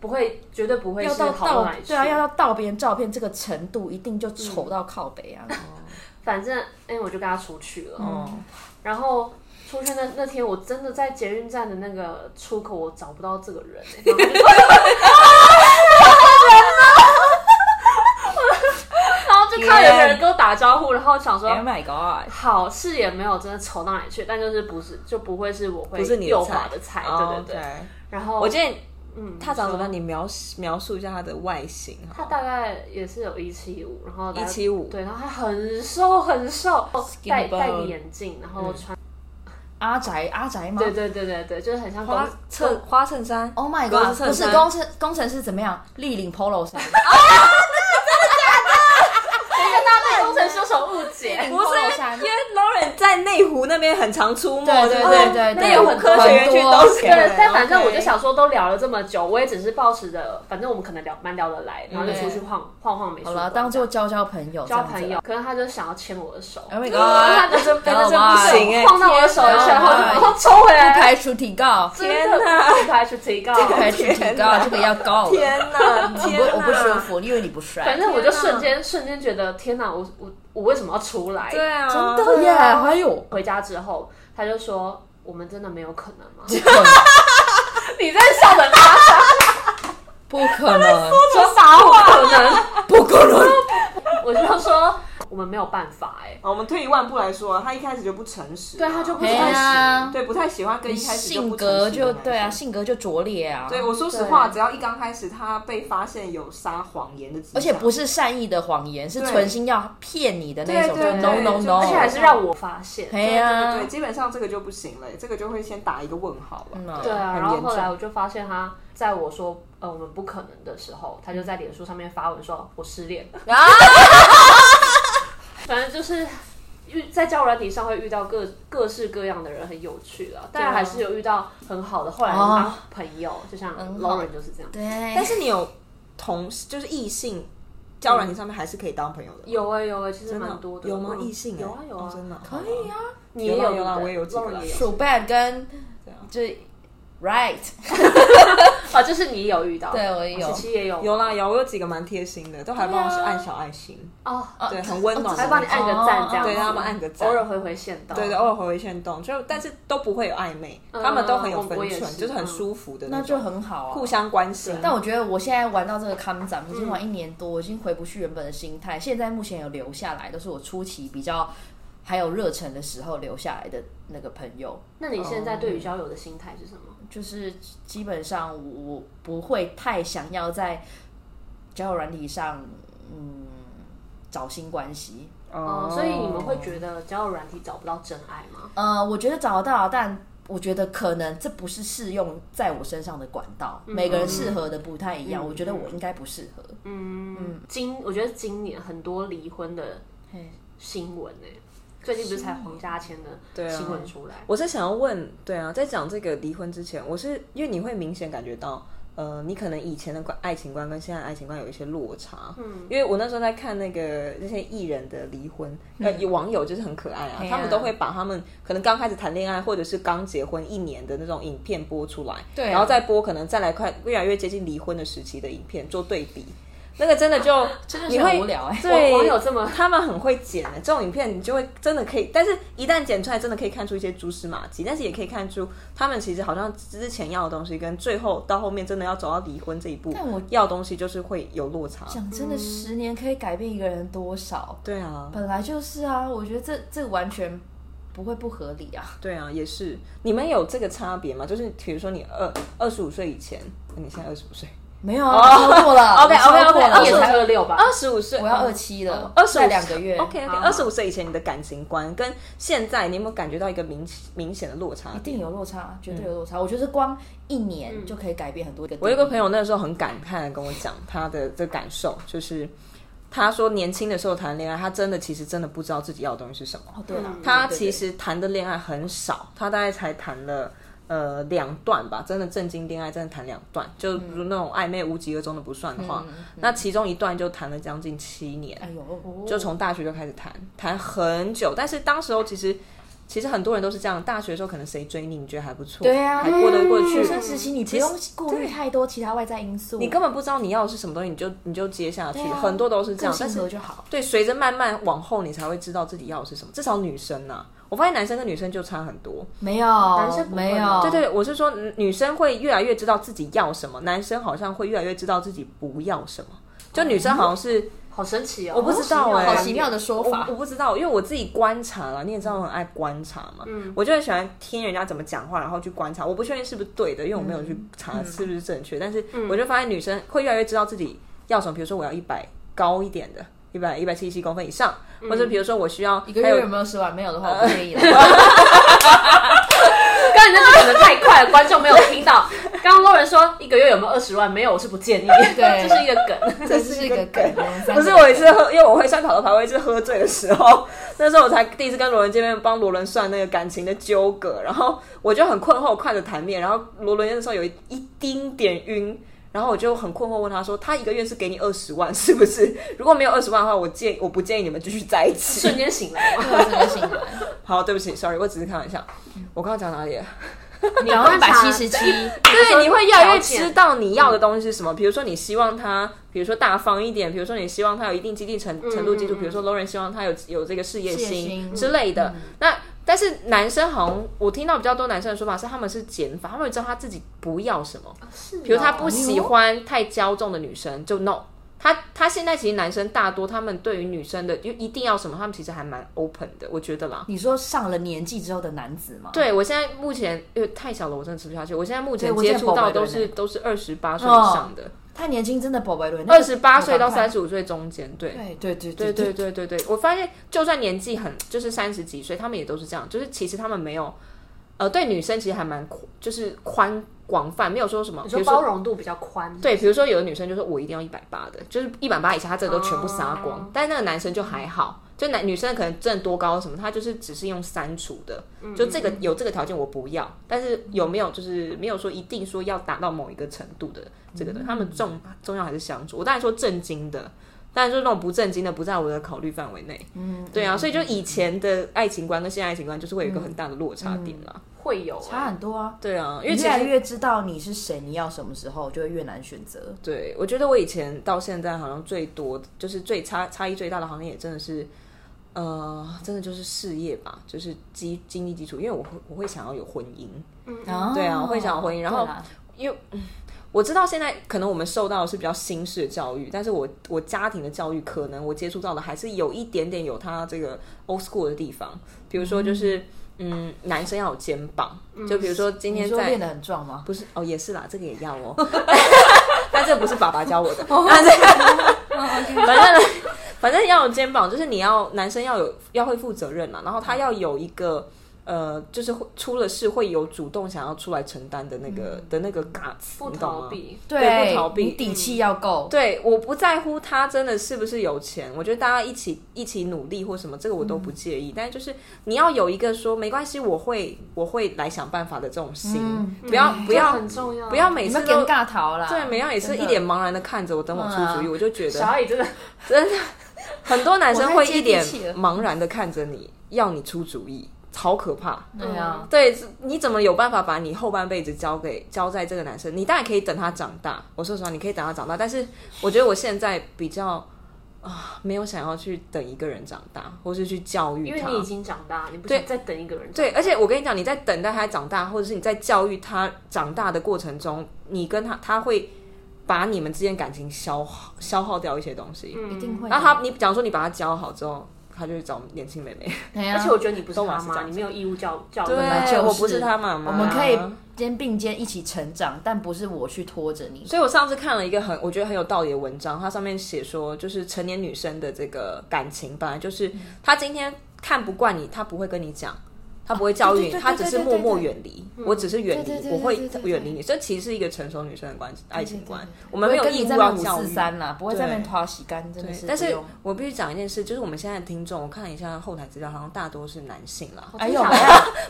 Speaker 3: 不会，绝对不会
Speaker 1: 要
Speaker 3: 是
Speaker 1: 到
Speaker 3: 好到
Speaker 1: 盗
Speaker 3: 哪里去。
Speaker 1: 对啊，要到盗别人照片这个程度，一定就丑到靠北啊！
Speaker 3: 反正哎、我就跟他出去了。
Speaker 5: 嗯
Speaker 3: 然后出去那那天，我真的在捷运站的那个出口，我找不到这个人、 欸。然后我就然后就看到有个人跟我打招呼，然后想说
Speaker 1: Oh my god！
Speaker 3: 好是也没有真的丑到哪里去，但就是不是就不会是我会
Speaker 5: 不是你
Speaker 3: 右滑
Speaker 5: 菜
Speaker 3: 的菜，
Speaker 5: 哦
Speaker 3: 对对对。
Speaker 5: OK
Speaker 3: 然后
Speaker 5: 我建议
Speaker 3: 嗯
Speaker 5: 他长什么样？
Speaker 3: 说
Speaker 5: 你描描述一下他的外形好
Speaker 3: 他
Speaker 5: 不好。
Speaker 3: 大概也是有一七五，然后大概
Speaker 5: 175
Speaker 3: 对，然后他很瘦很瘦，戴
Speaker 1: Skinny
Speaker 3: 戴个
Speaker 1: bone
Speaker 3: 眼镜，然后穿，
Speaker 1: 阿宅阿宅吗？
Speaker 3: 对对对对对，就是很像公
Speaker 5: 花衬花衬衫，
Speaker 1: Oh my
Speaker 5: 工
Speaker 1: god！
Speaker 5: 程
Speaker 1: 不是
Speaker 5: 衫
Speaker 1: 工程工程师怎么样？立领 polo 衫，
Speaker 3: 被工程师有所误解，
Speaker 5: 不是
Speaker 1: polo
Speaker 5: 因
Speaker 1: 衫
Speaker 5: 为 Lauren 在内湖那边很常出没，
Speaker 1: 对
Speaker 5: 对
Speaker 1: 对
Speaker 5: 不
Speaker 1: 对对对，
Speaker 5: 内湖
Speaker 1: 很
Speaker 5: 科学园区
Speaker 1: 很
Speaker 5: 都
Speaker 1: 多
Speaker 5: 是。
Speaker 3: 对，但反正
Speaker 5: OK
Speaker 3: 我就想说，都聊了这么久，我也只是抱持着，反正我们可能聊蛮聊得来，然后就出去晃晃晃美术
Speaker 1: 好
Speaker 3: 馆，
Speaker 1: 了，当做交交朋友，
Speaker 3: 交朋友。。可能他就想要牵我的手，
Speaker 1: 啊 Oh my
Speaker 3: 他
Speaker 1: god！
Speaker 3: 就真
Speaker 1: 然后
Speaker 5: 真
Speaker 1: 哇
Speaker 5: 不行哎
Speaker 3: 晃到我的手一圈，
Speaker 1: 天
Speaker 3: 后就
Speaker 1: 哪
Speaker 3: 马上抽回
Speaker 1: 不
Speaker 3: 来，
Speaker 1: 排除提高，
Speaker 3: 真的
Speaker 5: 天哪
Speaker 3: 不排除提高，
Speaker 1: 不排除提高，这个要高了。
Speaker 5: 天哪，
Speaker 1: 我
Speaker 5: 天
Speaker 1: 不
Speaker 5: 哪，
Speaker 1: 我不舒。服，因为你不帅。
Speaker 3: 反正我就瞬间瞬间觉得，天哪，我我我为什么要出来？
Speaker 5: 对啊，真
Speaker 1: 哦耶，还有
Speaker 3: 回家之后，他就说：“我们真的没有可能吗？”
Speaker 1: 不可能
Speaker 3: 你在笑的他
Speaker 1: 不可能，
Speaker 3: 说啥不可能？
Speaker 1: 不可能。
Speaker 3: 我就说我们没有办法哎、
Speaker 5: 我们退一万步来说，他一开始就不诚实啊，
Speaker 3: 对他就不
Speaker 1: 哎
Speaker 3: 诚实
Speaker 1: 呀，
Speaker 5: 对不太喜欢跟一开始就
Speaker 1: 性
Speaker 5: 不诚实的
Speaker 1: 格
Speaker 5: 男
Speaker 1: 就
Speaker 5: 生
Speaker 1: 对啊，。性格就拙劣啊。
Speaker 5: 对，我说实话，
Speaker 3: 对
Speaker 5: 只要一刚开始他被发现有撒谎言的迹象，
Speaker 1: 而且不是善意的谎言，是
Speaker 5: 对
Speaker 1: 存心要骗你的那种，
Speaker 5: 对
Speaker 1: 就
Speaker 5: 对
Speaker 1: no
Speaker 5: 对
Speaker 1: no
Speaker 5: 就
Speaker 1: no，
Speaker 3: 而且还是让我发现。
Speaker 1: 哎
Speaker 5: 对
Speaker 1: 呀，
Speaker 5: 对对，基本上这个就不行了，这个就会先打一个问号了。
Speaker 1: 嗯啊
Speaker 3: 对啊，
Speaker 5: 很
Speaker 3: 然后
Speaker 5: 严
Speaker 3: 后来
Speaker 5: 重
Speaker 3: 我就发现他在我说呃我们不可能的时候，他就在脸书上面发文说我失恋了。 反正就是遇在交友软体上会遇到各各式各样的人，很有趣啦。当然还是有遇到很好的，后来就当朋友，就像
Speaker 1: 很好
Speaker 3: Lauren 就是这样。
Speaker 1: 对，
Speaker 5: 但是你有同事就是异性交友软件上面还是可以当朋友的吗，
Speaker 3: 有哎、有哎、其实
Speaker 5: 真的
Speaker 3: 蛮多的。
Speaker 5: 有吗？
Speaker 3: 嗯
Speaker 5: 异性哎
Speaker 3: 有啊有啊，
Speaker 5: 哦真的
Speaker 1: 可以啊，
Speaker 3: 你
Speaker 5: 有
Speaker 3: 也
Speaker 5: 啦
Speaker 3: 有
Speaker 5: 有啦
Speaker 3: 对不对
Speaker 5: 我也有几个
Speaker 3: Lauren
Speaker 5: 啦
Speaker 3: 也有
Speaker 1: 鼠 bad 跟
Speaker 5: 对啊
Speaker 1: 就 right，
Speaker 3: 啊，就是你也有遇到，
Speaker 1: 对我也有
Speaker 3: 琪琪也有，
Speaker 5: 有啦有，我有几个蛮贴心的，都还帮我是按小爱心，
Speaker 3: 哦，
Speaker 5: 对，很温暖的那种，
Speaker 3: 还帮你按个赞这样子，
Speaker 5: 哦对他们按个赞
Speaker 3: 偶尔回回线到，
Speaker 5: 对对，偶尔回回线动，就但
Speaker 3: 嗯
Speaker 5: 是都不会有暧昧，他们都很有分
Speaker 3: 我我也
Speaker 5: 寸，
Speaker 3: 是嗯
Speaker 5: 就是很舒服的
Speaker 1: 那
Speaker 5: 那
Speaker 1: 就
Speaker 5: 种，
Speaker 1: 很好啊，
Speaker 5: 互。相关心。
Speaker 1: 但我觉得我现在玩到这个康展，已经玩一年多，我已经回不去原本的心态。现在目前有留下来，都是我初期比较还有热忱的时候留下来的那个朋友。
Speaker 3: 那你现在对于交友的心态是什么？
Speaker 1: 就是基本上我不会太想要在交友软体上，嗯，找新关系。
Speaker 3: 哦，所以你们会觉得交友软体找不到真爱吗？
Speaker 1: 呃，我觉得找得到，但我觉得可能这不是适用在我身上的管道，每个人适合的不太一样。我觉得我应该不适合。
Speaker 3: 嗯，今我觉得今年很多离婚的
Speaker 1: 嘿
Speaker 3: 新闻呢，欸最近不是才黄家千的
Speaker 5: 啊
Speaker 3: 新闻出来，
Speaker 5: 我是想要问，对啊，在讲这个离婚之前，我是因为你会明显感觉到，呃，你可能以前的观爱情观跟现在的爱情观有一些落差。嗯，因为我那时候在看那个那些艺人的离婚，呃，有网友就是很可爱啊，
Speaker 1: 嗯对啊
Speaker 5: 他们都会把他们可能刚开始谈恋爱或者是刚结婚一年的那种影片播出来，
Speaker 1: 对啊
Speaker 5: 然后再播可能再来快越来越接近离婚的时期的影片做对比。那个真的就
Speaker 1: 真的是
Speaker 5: 你会
Speaker 1: 很无聊哎
Speaker 5: 对，
Speaker 3: 网网友这么
Speaker 5: 他们很会剪的、这种影片你就会真的可以，但是一旦剪出来，真的可以看出一些蛛丝马迹，但是也可以看出他们其实好像之前要的东西跟最后到后面真的要走到离婚这一步，
Speaker 1: 但我
Speaker 5: 要的东西就是会有落差。
Speaker 1: 讲真的，十年可以改变一个人多少？
Speaker 5: 对啊，
Speaker 1: 本来就是啊，我觉得这这完全不会不合理啊。
Speaker 5: 对啊，也呃哦是。你们有这个差别吗？就是比如说你二二十五岁以前，你现在二十五岁，
Speaker 1: 没有啊，超过了
Speaker 5: OK，OK，OK，
Speaker 1: 我超过了
Speaker 5: 二
Speaker 3: 你
Speaker 5: 十
Speaker 3: 也
Speaker 5: 五
Speaker 3: 才二六吧？
Speaker 5: 二十五岁，
Speaker 1: 我要二七了，
Speaker 5: 二十五
Speaker 1: 嗯再两个月嗯
Speaker 5: OK OK，
Speaker 3: 好
Speaker 5: 二十五岁以前你的感情观跟现在你有没有感觉到一个明明显的落差
Speaker 1: 一？定有落差，绝对有落差。我觉得光一年就可以改变很多个。
Speaker 5: 我有一个朋友那时候很感慨的跟我讲他的这感受，就是他说年轻的时候谈恋爱，他真的其实真的不知道自己要的东西是什么。
Speaker 1: 哦，对了，对
Speaker 5: 他
Speaker 1: 对对
Speaker 5: 其实谈的恋爱很少，他大概才谈了呃两段吧，真的正经恋爱真的谈两段，就比如那种暧昧无疾而终的不算的
Speaker 1: 嗯
Speaker 5: 话，那其中一段就谈了将近七年，
Speaker 1: 哎呦，
Speaker 5: 就从大学就开始谈，谈很久。但是当时候其实其实很多人都是这样，大学的时候可能谁追你，你觉得还不错，
Speaker 1: 对啊，
Speaker 5: 还过得过去
Speaker 1: 学。生时期你不用顾虑太多其他外在因素，
Speaker 5: 你根本不知道你要的是什么东西，你就你就接下去，
Speaker 1: 对啊
Speaker 5: 很多都是这
Speaker 1: 更
Speaker 5: 样。但
Speaker 1: 适
Speaker 5: 是
Speaker 1: 合就好。
Speaker 5: 对，随着慢慢往后，你才会知道自己要的是什么。至少女生呐、我发现男生跟女生就差很多。
Speaker 1: 没有，
Speaker 3: 男生不会
Speaker 1: 没有
Speaker 3: 吗，
Speaker 5: 对对，我是说嗯女生会越来越知道自己要什么，男生好像会越来越知道自己不要什么。
Speaker 1: 哦
Speaker 5: 就女生好像是
Speaker 3: 好神奇哦！
Speaker 5: 我不知道哎、
Speaker 1: 好奇
Speaker 3: 欸
Speaker 1: 妙的说
Speaker 5: 我
Speaker 1: 法
Speaker 5: 我。不知道，因为我自己观察了，你也知道我很爱观察嘛，
Speaker 1: 嗯
Speaker 5: 我就很喜欢听人家怎么讲话，然后去观察。我不确定是不是对的，因为我没有去
Speaker 1: 嗯
Speaker 5: 查是不是正确，但是我就发现女生会越来越知道自己要什么。比如说我要一百高一点的，一百一百七十七公分以上，或者比如说我需要
Speaker 1: 嗯一个
Speaker 5: 还有
Speaker 1: 月有没有十万？没有的话，我不愿意了。
Speaker 3: 刚才那句可能太快了，观众没有 听到。刚刚 Lauren 说一个月有没有二十万？没有，我是不建议。
Speaker 1: 对
Speaker 3: 这是一个梗。
Speaker 1: 这是一个梗，
Speaker 5: 哦不是我也是喝，因为我会算塔罗牌，我也是喝醉的时候，那时候我才第一次跟罗伦见面，帮罗伦算那个感情的纠葛，然后我就很困惑，我看着台面，然后罗伦那时候有一丁点晕。然后我就很困惑，问他说：“他一个月是给你二十万，是不是？如果没有二十万的话，我建我不建议你们继续在一起
Speaker 3: 瞬。间醒来嘛，
Speaker 1: 我真 的醒了。”
Speaker 5: 好，对不起，sorry，我只是开玩笑。我刚刚讲哪里了？
Speaker 3: 你
Speaker 1: 然后一百七十七，
Speaker 5: 对，你会越来越知
Speaker 3: 知
Speaker 5: 道你要的东西是什么。比如说，你希望他，比如说大方一点；，比如说，你希望他有一定经济程程度基础；，比如说，Lauren 希望他有有这个事业
Speaker 1: 嗯事业
Speaker 5: 心
Speaker 1: 心嗯
Speaker 5: 之类的。那但是男生好像我听到比较多男生的说法是，他们是减法，他们会知道他自己不要什
Speaker 1: 哦
Speaker 5: 么。
Speaker 1: 啊
Speaker 5: 比如他不喜欢太骄纵的女生，就 no。他他现在其实男生大多，他们对于女生的就一定要什么，他们其实还蛮 open 的，我觉得啦。
Speaker 1: 你说上了年纪之后的男子吗？，
Speaker 5: 对我现在目前因为太小了，我真的吃不下去。我现在目前
Speaker 1: 对我
Speaker 5: 接
Speaker 1: 现在
Speaker 5: 触到
Speaker 1: 宝贝
Speaker 5: 都
Speaker 1: 轮
Speaker 5: 是
Speaker 1: 欸
Speaker 5: 都是二十八岁以上的，
Speaker 1: 太年轻真的宝贝轮，哦那
Speaker 5: 二
Speaker 1: 个
Speaker 5: 十八岁到
Speaker 1: 头发
Speaker 5: 三十五岁中间，对。
Speaker 1: 快，对对
Speaker 5: 对
Speaker 1: 对
Speaker 5: 对对对对，我发现就算年纪很就是三十几岁，他们也都是这样，就是其实他们没有，呃，对女生其实还蛮宽就是宽广泛，没有说什么，
Speaker 3: 你
Speaker 5: 比
Speaker 3: 说
Speaker 5: 如
Speaker 3: 包
Speaker 5: 说
Speaker 3: 容度比较宽，
Speaker 5: 对，比如说有的女生就说我一定要一百八的，就是一百八以下，她这都全部杀光，
Speaker 3: 哦
Speaker 5: 但是那个男生就还好，就男女生可能挣多高什么，他就是只是用删除的，就这个有这个条件我不要，但是有没有就是没有说一定说要达到某一个程度的这个的，他们重重要还是相处。我当然说正经的，当然说那种不正经的不在我的考虑范围内。嗯，对啊，所以就以前的爱情观跟现在爱情观就是会有一个很大的落差点啦。
Speaker 3: 会有欸
Speaker 1: 差很多啊。
Speaker 5: 对啊，因为
Speaker 1: 你
Speaker 5: 其
Speaker 1: 越来
Speaker 5: 实
Speaker 1: 越知道你是谁，你要什么时候，就会越难选择。
Speaker 5: 对，我觉得我以前到现在好像最多就是最差差异最大的，好像也真的是，呃，真的就是事业吧，就是基经济基础，因为我会我会想要有婚姻，
Speaker 3: 嗯
Speaker 1: 哦对
Speaker 5: 啊我会想要婚姻然后我知道现在可能我们受到的是比较新式的教育，但是我我家庭的教育可能我接触到的还是有一点点有它这个 old school 的地方，比如说就是嗯男生要有肩膀，就比如说今
Speaker 1: 嗯你
Speaker 5: 天
Speaker 1: 说
Speaker 5: 在
Speaker 1: 练得很壮吗？
Speaker 5: 不是哦，也是啦，这个也要 哦， 但这个不是爸爸教我的，
Speaker 3: 哦
Speaker 5: 但是 反正呢反正要有肩膀，就是你要男生要有要会负责任嘛，然后他要有一个呃，就是会出了事会有主动想要出来承担的那个、的那个
Speaker 3: 嗯
Speaker 5: guts，
Speaker 3: 不
Speaker 1: 嗯
Speaker 5: 你懂
Speaker 3: 逃
Speaker 5: 吗？
Speaker 3: 避。
Speaker 5: 不逃避嗯
Speaker 1: 你底气要够。
Speaker 5: 对，我不在乎他真的是不是有钱，我觉得大家一起一起努力或什么，这个我都
Speaker 3: 嗯
Speaker 5: 不介意。但是就是你要有一个说没关系，我会我会来想办法的这种心，
Speaker 1: 嗯
Speaker 5: 不要不要
Speaker 3: 这很重要，
Speaker 5: 不要每
Speaker 1: 你
Speaker 5: 次
Speaker 1: 们尴
Speaker 5: 都
Speaker 1: 尬逃啦，
Speaker 5: 对，每样也是
Speaker 1: 真的
Speaker 5: 一脸茫然的看着我，等我出主意，
Speaker 1: 嗯啊
Speaker 5: 我就觉
Speaker 3: 小
Speaker 5: 得
Speaker 3: 阿姨真的
Speaker 5: 真的很多男生会一脸
Speaker 1: 我太接地气了
Speaker 5: 茫然的看着你，要你出主意，好可怕。
Speaker 1: 对啊，
Speaker 5: 对，你怎么有办法把你后半辈子交给交在这个男生？你当然可以等他长大。我说实话，你可以等他长大，但是我觉得我现在比较啊，没有想要去等一个人长大，或是去教育
Speaker 3: 因
Speaker 5: 他，
Speaker 3: 为你已经长大，你不想再等一个人。
Speaker 5: 对，，而且我跟你讲，你在等待他长大，或者是你在教育他长大的过程中，你跟他他会把你们之间感情消耗消耗掉一些东西。
Speaker 3: 嗯
Speaker 1: 一定会的。
Speaker 5: 然后他，你假如说你把他教好之后，他就去找年轻妹妹。
Speaker 1: 哎呀
Speaker 3: 而且我觉得你不是他
Speaker 5: 都是这
Speaker 3: 妈，
Speaker 5: 样子
Speaker 3: 你没有义务教教育哎
Speaker 1: 本来
Speaker 3: 他。
Speaker 1: 哦就是
Speaker 5: 我不是他妈妈，
Speaker 1: 我们可以
Speaker 5: 嗯
Speaker 1: 肩并肩一起成长，但不是我去拖着你。
Speaker 5: 所以我上次看了一个很我觉得很有道理的文章，它上面写说，就是成年女生的这个感情，本来就是
Speaker 1: 嗯
Speaker 5: 她今天看不惯你，她不会跟你讲。她不会教
Speaker 2: 对
Speaker 5: 育
Speaker 2: 对
Speaker 1: 哦
Speaker 5: 你，
Speaker 2: 对
Speaker 5: 她只是默默远离。我只是
Speaker 1: 对
Speaker 5: 远
Speaker 1: 嗯对
Speaker 5: 离，
Speaker 1: 对
Speaker 5: 我会
Speaker 1: 对对对
Speaker 5: 远离你。这其实是一个成熟女生的关爱情观
Speaker 1: 对对，
Speaker 5: 我们没有
Speaker 1: 跟
Speaker 5: 义
Speaker 1: 你
Speaker 5: 务
Speaker 1: 在那
Speaker 5: 要
Speaker 1: 五
Speaker 5: 教育
Speaker 1: 四。三啦，不会在那边
Speaker 5: 对
Speaker 1: 拖洗干，真的是不用。
Speaker 5: 但是我必须讲一件事，就是我们现在的听众，我看了一下后台资料，好像大多是男性啦，
Speaker 1: 哎呦，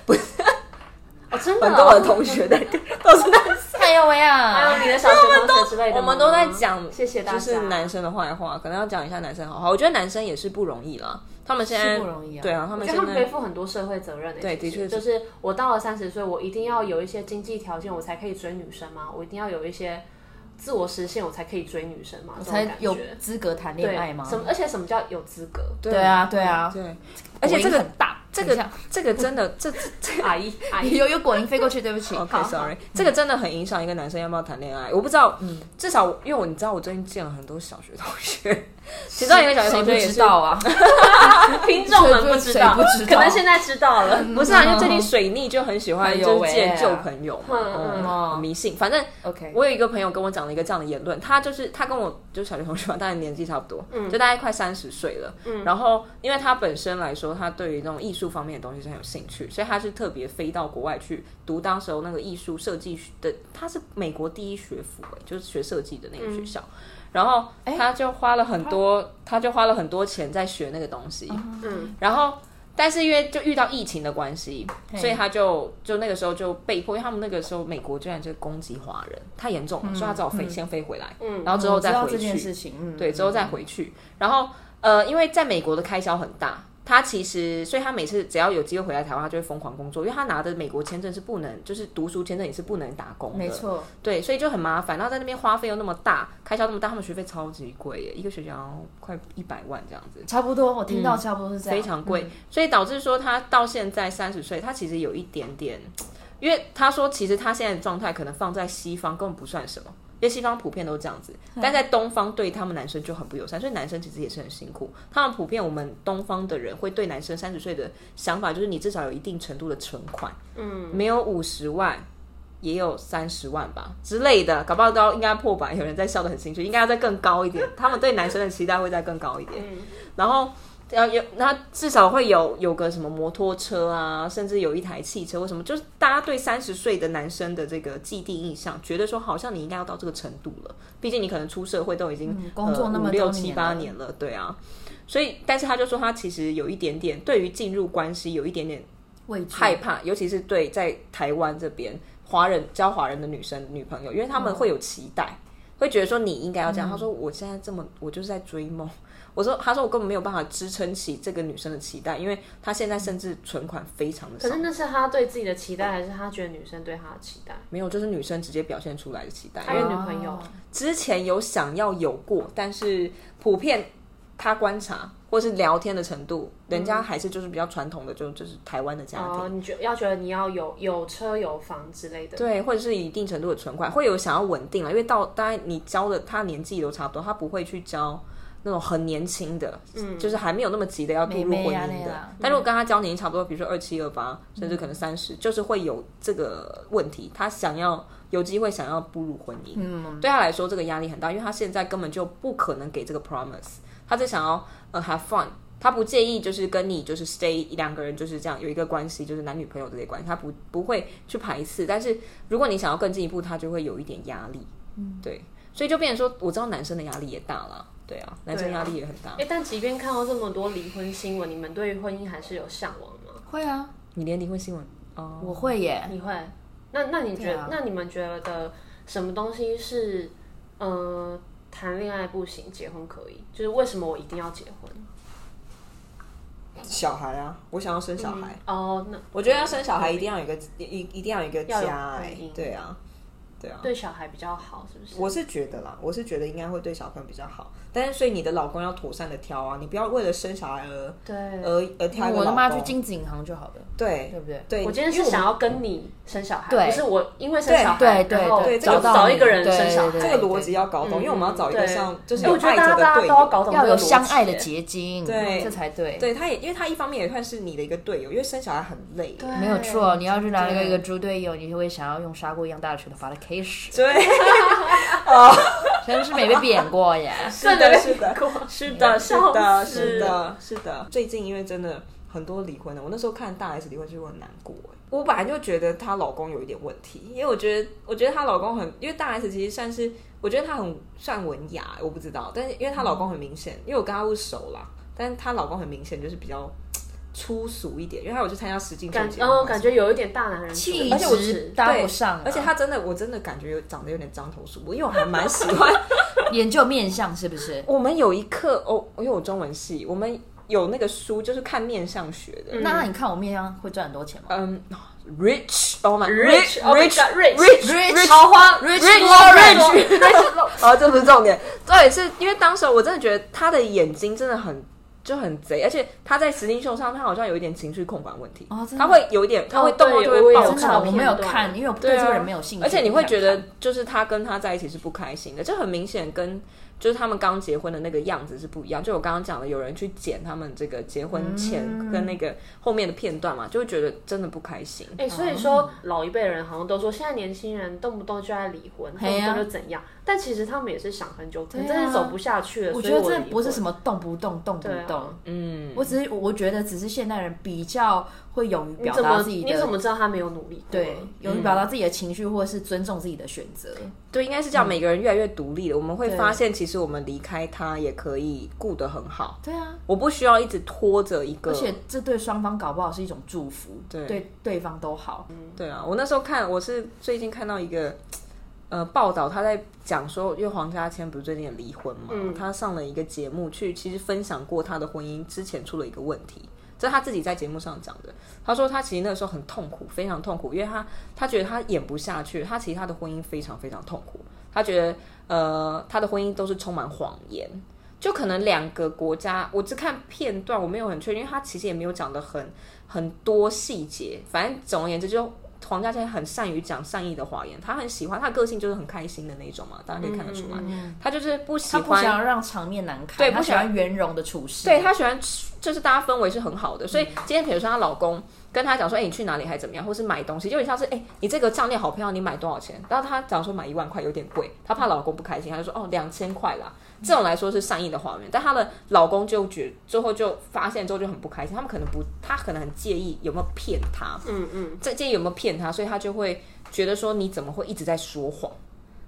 Speaker 3: 不
Speaker 1: 喂
Speaker 3: 是
Speaker 1: 啊
Speaker 3: 哦，真的哦，
Speaker 5: 很多我的同学在 都是男 生。
Speaker 1: 哎呦喂
Speaker 3: 还
Speaker 1: 啊！
Speaker 3: 有你的小学同学之类的吗，
Speaker 5: 我们都在讲，
Speaker 3: 谢谢大家，
Speaker 5: 就是男生的坏话，可能要讲一下男生好话。我觉得男生也是不容易啦，他们现在
Speaker 1: 是不容易啊
Speaker 5: 对啊，他们
Speaker 3: 就
Speaker 5: 现
Speaker 3: 他们背
Speaker 5: 在
Speaker 3: 负很多社会责任的、
Speaker 5: 对
Speaker 3: 其实
Speaker 5: 的确
Speaker 3: 就是是我到了三十岁，我一定要有一些经济条件，我才可以追女生嘛，我一定要有一些自我实现，我才可以追女生嘛，这种
Speaker 1: 才
Speaker 3: 感
Speaker 1: 有
Speaker 3: 觉。
Speaker 1: 资格谈
Speaker 3: 对
Speaker 1: 恋爱吗？
Speaker 3: 什么？而且什么叫有资格？
Speaker 1: 对啊，对啊，
Speaker 5: 对，而且这
Speaker 1: 果蝇
Speaker 5: 个
Speaker 1: 很大，
Speaker 5: 这
Speaker 1: 等一
Speaker 5: 个
Speaker 1: 下
Speaker 5: 这个真的这这这。
Speaker 3: 阿姨，阿姨，
Speaker 1: 有有果蝇飞过去，对不起。
Speaker 5: OK sorry，这个真的很影响一个男生要不要谈恋爱。我不知道，至少因为我你知道我最近见了很多小学同学，其中一个小
Speaker 1: 谁
Speaker 5: 学同
Speaker 1: 不
Speaker 5: 学也
Speaker 1: 知
Speaker 5: 是
Speaker 1: 道啊？
Speaker 3: 听众们不知道，
Speaker 1: 谁不知道 嗯
Speaker 3: 可能现在知 道了。
Speaker 5: 不是啊，因为最近水逆就很喜
Speaker 1: 哎
Speaker 5: 欢
Speaker 1: 呦
Speaker 5: 就是
Speaker 1: 喂
Speaker 5: 见旧朋友嘛，
Speaker 3: 嗯嗯
Speaker 5: 哦很迷信。反正
Speaker 1: OK，
Speaker 5: 我有一个朋友跟我讲了一个这样的言论，他就是他跟我就小学同学嘛，大概年纪差不多，就大概快三十岁了。然后因为他本身来说，他对于那种艺术方面的东西是很有兴趣，所以他是特别飞到国外去读当时候那个艺术设计的，他是美国第一学府、欸，就是学设计的那个学校。然后他就花了很多，他就花了很多钱在学那个东西。
Speaker 3: 嗯，
Speaker 5: 然后但是因为就遇到疫情的关系，所以他就就那个时候就被迫，因为他们那个时候美国居然就攻击华人，太严重了，所以他只好飞、先飞回来，嗯，然后之
Speaker 1: 嗯
Speaker 5: 后
Speaker 1: 我知
Speaker 5: 再
Speaker 1: 道
Speaker 5: 回
Speaker 1: 这件
Speaker 5: 去，
Speaker 1: 事情，嗯，
Speaker 5: 对，之后再回去。然后呃，因为在美国的开销很大。他其实，所以他每次只要有机会回来台湾，他就会疯狂工作，因为他拿的美国签证是不能，就是读书签证也是不能打工的，
Speaker 1: 没错，
Speaker 5: 对，所以就很麻烦。然后在那边花费又那么大，开销那么大，他们学费超级贵耶，一个学期好像快一百万这样子。
Speaker 1: 差不多，我听到差不多是这样，嗯
Speaker 5: 非常贵，所以导致说他到现在三十岁，他其实有一点点，因为他说其实他现在的状态可能放在西方根本不算什么，因为西方普遍都这样子，
Speaker 1: 嗯
Speaker 5: 但在东方对他们男生就很不友善，所以男生其实也是很辛苦。他们普遍我们东方的人会对男生三十岁的想法就是你至少有一定程度的存款，嗯，没有五十万。也有三十万吧之类的，搞不好都应该破百。有人在笑得很兴趣，应该要再更高一点。他们对男生的期待会再更高一点。
Speaker 1: 嗯
Speaker 5: 然后要有，那至少会有有个什么摩托车啊，甚至有一台汽车或什么，就是大家对三十岁的男生的这个既定印象，觉得说好像你应该要到这个程度了，毕竟你可能出社会都已经、
Speaker 1: 嗯工作那么
Speaker 5: 呃、
Speaker 1: 多
Speaker 5: 五六七
Speaker 1: 年
Speaker 5: 八
Speaker 1: 了
Speaker 5: 年了，对啊。所以，但是他就说他其实有一点点对于进入关系有一点点
Speaker 1: 畏惧
Speaker 5: 害怕，尤其是对在台湾这边华人教华人的女生女朋友，因为他们会有期待，
Speaker 3: 嗯
Speaker 5: 会觉得说你应该要这样。他说我现在这么，我就是在追梦。我说，他说我根本没有办法支撑起这个女生的期待，因为她现在甚至存款非常的
Speaker 3: 可
Speaker 5: 少
Speaker 3: 是，那是他对自己的期待，还是他觉得女生对他的期待？
Speaker 5: 没有，就是女生直接表现出来的期待。
Speaker 3: 他
Speaker 5: 因
Speaker 3: 有
Speaker 5: 为
Speaker 3: 女朋友，
Speaker 1: 啊
Speaker 5: 之前有想要有过，但是普遍他观察或是聊天的程度，人
Speaker 3: 嗯
Speaker 5: 家还是就是比较传统的，就就是台湾的家庭。
Speaker 3: 哦，你觉要觉得你要有有车有房之类的，
Speaker 5: 对，或者是一定程度的存款，会有想要稳定了，因为到当然你交的他年纪都差不多，他不会去交那种很年轻的，嗯，就是还没有那么急的要步入
Speaker 1: 妹
Speaker 5: 婚
Speaker 1: 妹啊
Speaker 5: 姻
Speaker 1: 那
Speaker 5: 的。
Speaker 1: 啦嗯
Speaker 5: 但如果跟他交年纪差不多，比如说二七二八，甚至可能三十、就是会有这个问题，他想要有机会想要步入婚姻，嗯，对他来说这个压力很大，因为他现在根本就不可能给这个 promise，他只想要呃 have fun。他不介意，就是跟你就是 stay 两个人就是这样有一个关系，就是男女朋友这类关系，他不不会去排斥。但是如果你想要更进一步，他就会有一点压力，嗯，对，所以就变成说，我知道男生的压力也大了，对啊，男生
Speaker 3: 对啊
Speaker 5: 压力也很大。
Speaker 3: 哎，但即便看到这么多离婚新闻，你们对于婚姻还是有向往吗？
Speaker 1: 会啊，
Speaker 5: 你连离婚新闻哦，
Speaker 1: 我会耶，
Speaker 3: 你会？那那你觉
Speaker 1: 对
Speaker 3: 得、
Speaker 1: 啊
Speaker 3: 那你们觉得什么东西是呃谈恋爱不行，结婚可以？就是为什么我一定要结婚？
Speaker 5: 小孩啊，我想要生小
Speaker 1: 嗯
Speaker 5: 孩。
Speaker 3: 哦，那
Speaker 5: 我觉得要生小孩一定要有一个一一定要有一个
Speaker 3: 要有
Speaker 5: 家、
Speaker 3: 婚
Speaker 5: 哎
Speaker 3: 姻
Speaker 5: 对啊，对啊，
Speaker 3: 对小孩比较好，是不是？
Speaker 5: 我是觉得啦，我是觉得应该会对小朋友比较好，但是所以你的老公要妥善的挑啊，你不要为了生小孩而
Speaker 3: 对，
Speaker 5: 而而挑一个
Speaker 1: 我
Speaker 5: 呃老
Speaker 1: 他妈去
Speaker 5: 公。
Speaker 1: 金子银行就好了，
Speaker 5: 对
Speaker 1: 对不对？
Speaker 5: 对，
Speaker 3: 我今天
Speaker 5: 因
Speaker 3: 是
Speaker 5: 为
Speaker 3: 想要跟你生小孩，
Speaker 1: 对
Speaker 3: 不是我因为生小孩，
Speaker 1: 对对
Speaker 3: 然后
Speaker 1: 对
Speaker 5: 这个
Speaker 3: 找
Speaker 5: 道理
Speaker 3: 找一个人生小
Speaker 1: 对对
Speaker 5: 这
Speaker 3: 孩。
Speaker 5: 个逻辑要搞懂，因为我们要找一个
Speaker 3: 嗯对
Speaker 5: 像就是
Speaker 3: 因为
Speaker 5: 有
Speaker 3: 我觉得
Speaker 5: 爱
Speaker 3: 大
Speaker 5: 着
Speaker 3: 家大家
Speaker 5: 的队
Speaker 3: 都
Speaker 5: 友
Speaker 3: 要搞懂
Speaker 1: 要
Speaker 3: 这个
Speaker 1: 有
Speaker 3: 逻辑
Speaker 1: 相爱的结晶，
Speaker 5: 对
Speaker 1: 这才对。
Speaker 5: 对，他也因为他一方面也算是你的一个队友，因为生小孩很累。
Speaker 3: 对
Speaker 1: 没有错，你要去拿那个猪队友，你就会想要用砂锅一样大的拳头把他 K 死。
Speaker 5: 对，
Speaker 1: 真是没被扁过耶！
Speaker 5: 是的，是的， 是的，是
Speaker 3: 笑
Speaker 5: 的，
Speaker 3: 死
Speaker 5: 是的，是的。最近因为真的很多离婚的，我那时候看大 S 离婚就很难过欸。我本来就觉得她老公有一点问题，因为我觉得，我觉得她老公很，因为大 S 其实算是，我觉得她很算文雅，欸我不知道，但是因为她老公很明显，因为我跟她不熟啦，但是她老公很明显就是比较粗俗一点，因为她有去参加实境秀
Speaker 3: 感
Speaker 5: 节
Speaker 3: 然
Speaker 5: 目
Speaker 3: 后
Speaker 5: 嘛，
Speaker 3: 感觉有一点大男人主义，
Speaker 1: 气
Speaker 3: 而且我
Speaker 1: 质搭不上啊，
Speaker 5: 而且她真的，我真的感觉有长得有点獐头鼠目，因为我还蛮喜欢
Speaker 1: 研究面相是不是？
Speaker 5: 我们有一课哦，因为我中文系，我们有那个书就是看面相学的。
Speaker 1: 那你看我面相会赚很多钱吗
Speaker 5: 嗯，Rich，哦 my
Speaker 3: Rich, oh my
Speaker 5: Rich
Speaker 3: God, Rich
Speaker 5: Rich
Speaker 1: 桃花
Speaker 5: Rich Rich，哦，这不是重点，对，是因为当时我真的觉得他的眼睛真的很就很贼，而且他在实境秀上，他好像有一点情绪控管问题，
Speaker 1: 哦真的
Speaker 5: 他会有一点，他会动
Speaker 3: 哦
Speaker 5: 不动
Speaker 3: 对
Speaker 5: 就
Speaker 3: 我
Speaker 5: 会
Speaker 3: 也
Speaker 5: 爆
Speaker 3: 有
Speaker 1: 真的啊
Speaker 5: 炸
Speaker 3: 看。
Speaker 1: 我没有看，因为我对这个人没有兴趣。
Speaker 5: 啊而且你会觉
Speaker 1: 我不
Speaker 5: 得
Speaker 1: 想看，
Speaker 5: 就是他跟他在一起是不开心的，这很明显跟就是他们刚结婚的那个样子是不一样。就我刚刚讲的，有人去剪他们这个结婚前跟那个后面的片段嘛，就会觉得真的不开心。
Speaker 3: 哎、所以说老一辈人好像都说，现在年轻人动不动就爱离婚，
Speaker 1: 嘿
Speaker 3: 动
Speaker 1: 呀
Speaker 3: 不动就怎样，但其实他们也是想很久，可能
Speaker 1: 对啊
Speaker 3: 真的走不下去了。
Speaker 1: 我
Speaker 3: 所
Speaker 1: 觉
Speaker 3: 以
Speaker 1: 得
Speaker 3: 我
Speaker 1: 这
Speaker 3: 离
Speaker 1: 不是
Speaker 3: 婚
Speaker 1: 什么动不动动不
Speaker 3: 对啊
Speaker 1: 动，
Speaker 5: 嗯，
Speaker 1: 我只是我觉得只是现代人比较会勇于
Speaker 3: 你
Speaker 1: 表
Speaker 3: 怎
Speaker 1: 达
Speaker 3: 么
Speaker 1: 自己
Speaker 3: 你怎
Speaker 1: 的，
Speaker 3: 么知道他没有努力过？嗯
Speaker 1: 对，
Speaker 5: 嗯
Speaker 1: 勇于表达自己的情绪，或者是尊重自己的选择。
Speaker 5: 对，应该是这样。每个人越来越独立了，我们会发现，其实我们离开他也可以顾得很好。
Speaker 1: 对啊，
Speaker 5: 我不需要一直拖着一个，
Speaker 1: 而且这对双方搞不好是一种祝福，对对对方都好。
Speaker 5: 对啊，我那时候看，我是最近看到一个呃报道，他在讲说，因为黄家千不是最近也离婚嘛，他上了一个节目去，其实分享过他的婚姻之前出了一个问题。这是他自己在节目上讲的。他说他其实那个时候很痛苦，非常痛苦，因为他他觉得他演不下去，他其实他的婚姻非常非常痛苦。他觉得呃他的婚姻都是充满谎言，就可能两个国家，我只看片段，我没有很确定，因为他其实也没有讲的很很多细节。反正总而言之，就黄家千很善于讲善意的谎言，他很喜欢，他个性就是很开心的那种嘛，大家可以看得出来，
Speaker 3: 嗯
Speaker 5: 嗯他就是不喜
Speaker 1: 嗯他不
Speaker 5: 欢
Speaker 1: 想要让场面难看，
Speaker 5: 对
Speaker 1: 他
Speaker 5: 不
Speaker 1: 喜
Speaker 5: 想
Speaker 1: 欢圆融的处事。
Speaker 5: 对，她喜欢，就是大家氛围是很好的。所以
Speaker 3: 嗯
Speaker 5: 今天比如说她老公跟她讲说，哎、你去哪里还怎么样，或是买东西，就有点像是，哎、你这个项链好漂亮，你买多少钱？然后她讲说买一万块有点贵，她怕老公不开心，她就说哦两千块啦。
Speaker 3: 嗯
Speaker 5: 这种来说是善意的画面，但她的老公就觉最后就发现之后就很不开心，他们可能不，她可能很介意有没有骗她，
Speaker 3: 嗯嗯，
Speaker 5: 这介意有没有骗她，所以她就会觉得说你怎么会一直在说谎？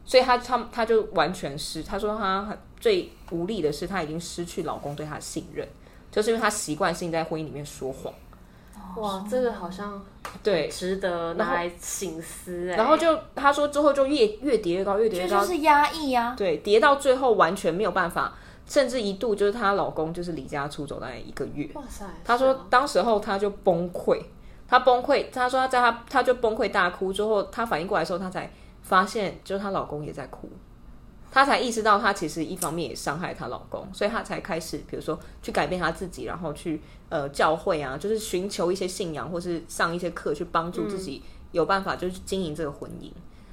Speaker 5: 所以她她她就完全失，她说她很最无力的是，她已经失去老公对她的信任，就是因为她习惯性在婚姻里面说谎。
Speaker 3: 哇，这个好像
Speaker 5: 对，
Speaker 3: 值得拿来醒思哎、
Speaker 5: 然后就她说之后就越越叠越高，越叠
Speaker 1: 这
Speaker 5: 越
Speaker 1: 就
Speaker 5: 高，
Speaker 1: 是压抑啊。
Speaker 5: 对，叠到最后完全没有办法，甚至一度就是她老公就是离家出走大概一个月。
Speaker 3: 哇塞，哦
Speaker 5: 她说当时候她就崩溃，她崩溃，她说她在她她就崩溃大哭，之后她反应过来的时候，她才发现就是她老公也在哭，她才意识到她其实一方面也伤害她老公，所以她才开始比如说去改变她自己，然后去呃教会啊，就是寻求一些信仰或是上一些课去帮助自己、有办法就是经营这个婚姻。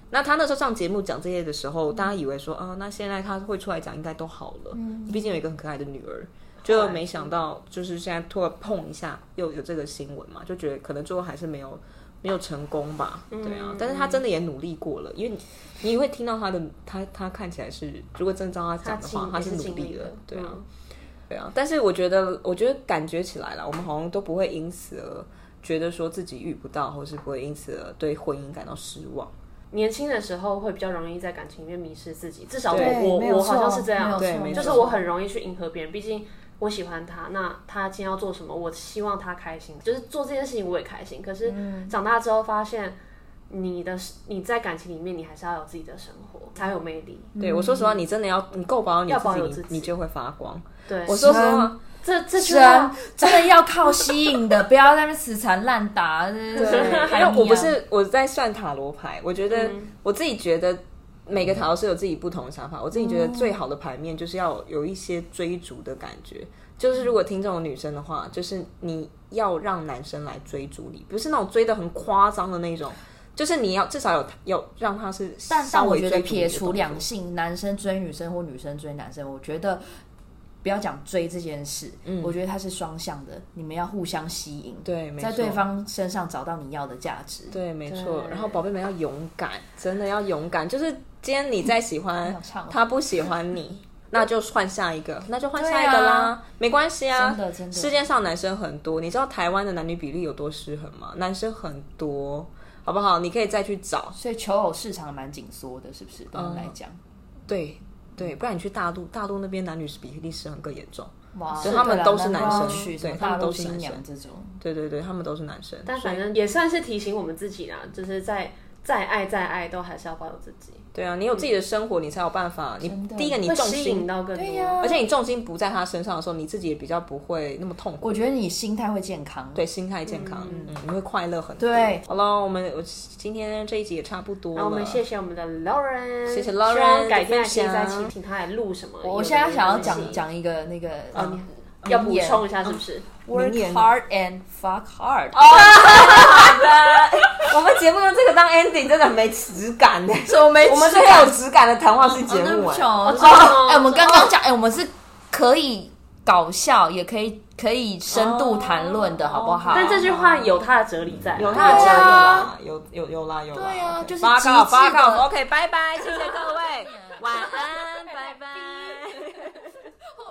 Speaker 5: 那她那时候上节目讲这些的时候，大家以为说啊、那现在她会出来讲，应该都好了，毕竟有一个很可爱的女儿。就没想到，就是现在突然碰一下，又有这个新闻嘛，就觉得可能最后还是没有没有成功吧，
Speaker 3: 嗯
Speaker 5: 对啊。但是她真的也努力过了，因为你你会听到她的，她她看起来是，如果真照她
Speaker 3: 他
Speaker 5: 讲的话，她是努力的，对啊，
Speaker 3: 嗯
Speaker 5: 对啊。但是我觉得，我觉得感觉起来了，我们好像都不会因此而觉得说自己遇不到，或是不会因此而对婚姻感到失望。
Speaker 3: 年轻的时候会比较容易在感情里面迷失自己，至少我
Speaker 5: 对
Speaker 3: 我
Speaker 1: 没有
Speaker 3: 我好像
Speaker 1: 错
Speaker 3: 是这样，
Speaker 1: 没有
Speaker 5: 对
Speaker 1: 错
Speaker 5: 没
Speaker 3: 就
Speaker 5: 错
Speaker 3: 是我很容易去迎合别人，毕竟我喜欢他，那他今天要做
Speaker 5: 嗯
Speaker 3: 什么，我希望他开心，就是做这件事情我也开心。可是长大之后发现，你的你在感情里面，你还是要有自己的生活，才有魅力。
Speaker 5: 对我说实话，你真的要你够保
Speaker 3: 嗯要保
Speaker 5: 养
Speaker 3: 有
Speaker 5: 你自
Speaker 3: 自
Speaker 5: 己
Speaker 3: 己，
Speaker 5: 你你就会发光。
Speaker 3: 对，
Speaker 5: 我说实话
Speaker 1: 真，
Speaker 3: 这这句
Speaker 1: 真
Speaker 3: 话，
Speaker 5: 啊
Speaker 1: 真的要靠吸引的，不要在那边死缠烂打。 对
Speaker 5: 还有我
Speaker 1: 啊
Speaker 5: 不是我在算塔罗牌，我觉得
Speaker 3: 嗯
Speaker 5: 我自己觉得每个塔罗是有自己不同的想法。我自己觉得最好的牌面就是要有一些追逐的感觉，
Speaker 1: 嗯
Speaker 5: 就是如果听众有女生的话，就是你要让男生来追逐你，不是那种追的很夸张的那种。就是你要至少有有让他是稍微
Speaker 1: 但但我觉
Speaker 5: 追逐你的动作，
Speaker 1: 得撇除两性，男生追女生或女生追男生，我觉得不要讲追这件事，我觉得它是双向的，你们要互相吸引，
Speaker 5: 嗯对，没
Speaker 1: 在
Speaker 5: 错
Speaker 1: 对方身上找到你要的价值。
Speaker 5: 对，没错。
Speaker 3: 对
Speaker 5: 然后宝贝们要勇敢，真的要勇敢。就是今天你再喜欢
Speaker 1: 好唱哦
Speaker 5: 他不喜 欢你，那就换下一个，那就换下
Speaker 1: 对
Speaker 5: 一
Speaker 1: 啊
Speaker 5: 个啦，没关系啊。
Speaker 1: 真的真的
Speaker 5: 世界上男生很多，你知道台湾的男女比例有多失衡吗？男生很多，好不好？你可以再去找。
Speaker 1: 所以求偶市场蛮紧缩的，是不是？对
Speaker 5: 嗯
Speaker 1: 我们来讲，
Speaker 5: 对对，不然你去大陆，大陆那边男女比例失衡更严重。
Speaker 1: 哇，
Speaker 5: 所以他们都是男生
Speaker 1: 难怪要娶什么
Speaker 5: 对他
Speaker 1: 大
Speaker 5: 们
Speaker 1: 陆
Speaker 5: 都是
Speaker 1: 新
Speaker 5: 男
Speaker 1: 娘
Speaker 5: 生
Speaker 1: 这种。
Speaker 5: 对对对，他们都是男生。
Speaker 3: 但
Speaker 5: 所以
Speaker 3: 反正也算是提醒我们自己啦，就是在再爱再爱，都还是要保有自己，
Speaker 5: 对啊，你有自己的生活，你才有办法。你
Speaker 1: 真的
Speaker 5: 第一个你
Speaker 3: 会
Speaker 5: 重
Speaker 3: 吸
Speaker 5: 心
Speaker 3: 引，到更多。
Speaker 1: 对呀
Speaker 5: 而且你重心不在他身上的时候，你自己也比较不会那么痛苦。
Speaker 1: 我觉得你心态会健康，
Speaker 5: 对，心态健康，嗯，你会快乐很多。
Speaker 1: 对
Speaker 5: 好了，我们我今天这一集也差不多了。
Speaker 3: 然后我们谢谢我们的 Lauren，
Speaker 5: 谢谢 Lauren
Speaker 3: 希望改天还可以
Speaker 5: 的
Speaker 3: 再
Speaker 5: 分享
Speaker 3: 请请他来录什么。
Speaker 1: 我现在想要
Speaker 3: 有的没
Speaker 1: 讲
Speaker 3: 的
Speaker 1: 讲一个那个
Speaker 3: 哦，
Speaker 1: 嗯
Speaker 3: 你要补充一下是不是？
Speaker 1: work
Speaker 5: 言
Speaker 1: hard and fuck hard。
Speaker 5: 我们节目用这个当 ending 真的很没质感呢。
Speaker 1: 我没
Speaker 5: 我们是很有质感的谈话式节
Speaker 1: 哦对
Speaker 5: 目
Speaker 1: 不起
Speaker 5: 哎。
Speaker 1: 哦
Speaker 3: 真的哦
Speaker 1: 哎，我们刚刚讲，哎，我们是可以搞笑，也可以可以深度谈论的，好不好？
Speaker 3: 但这句话有它的哲理在啦，
Speaker 5: 有啦，有
Speaker 1: 对
Speaker 5: 啦
Speaker 1: 啊，
Speaker 5: 有有有啦有啦。
Speaker 1: 对啊
Speaker 5: OK
Speaker 1: 就是
Speaker 5: 八
Speaker 1: 极
Speaker 5: 告
Speaker 1: 致
Speaker 5: 八告
Speaker 1: 的
Speaker 5: ，OK，拜拜，谢谢各位。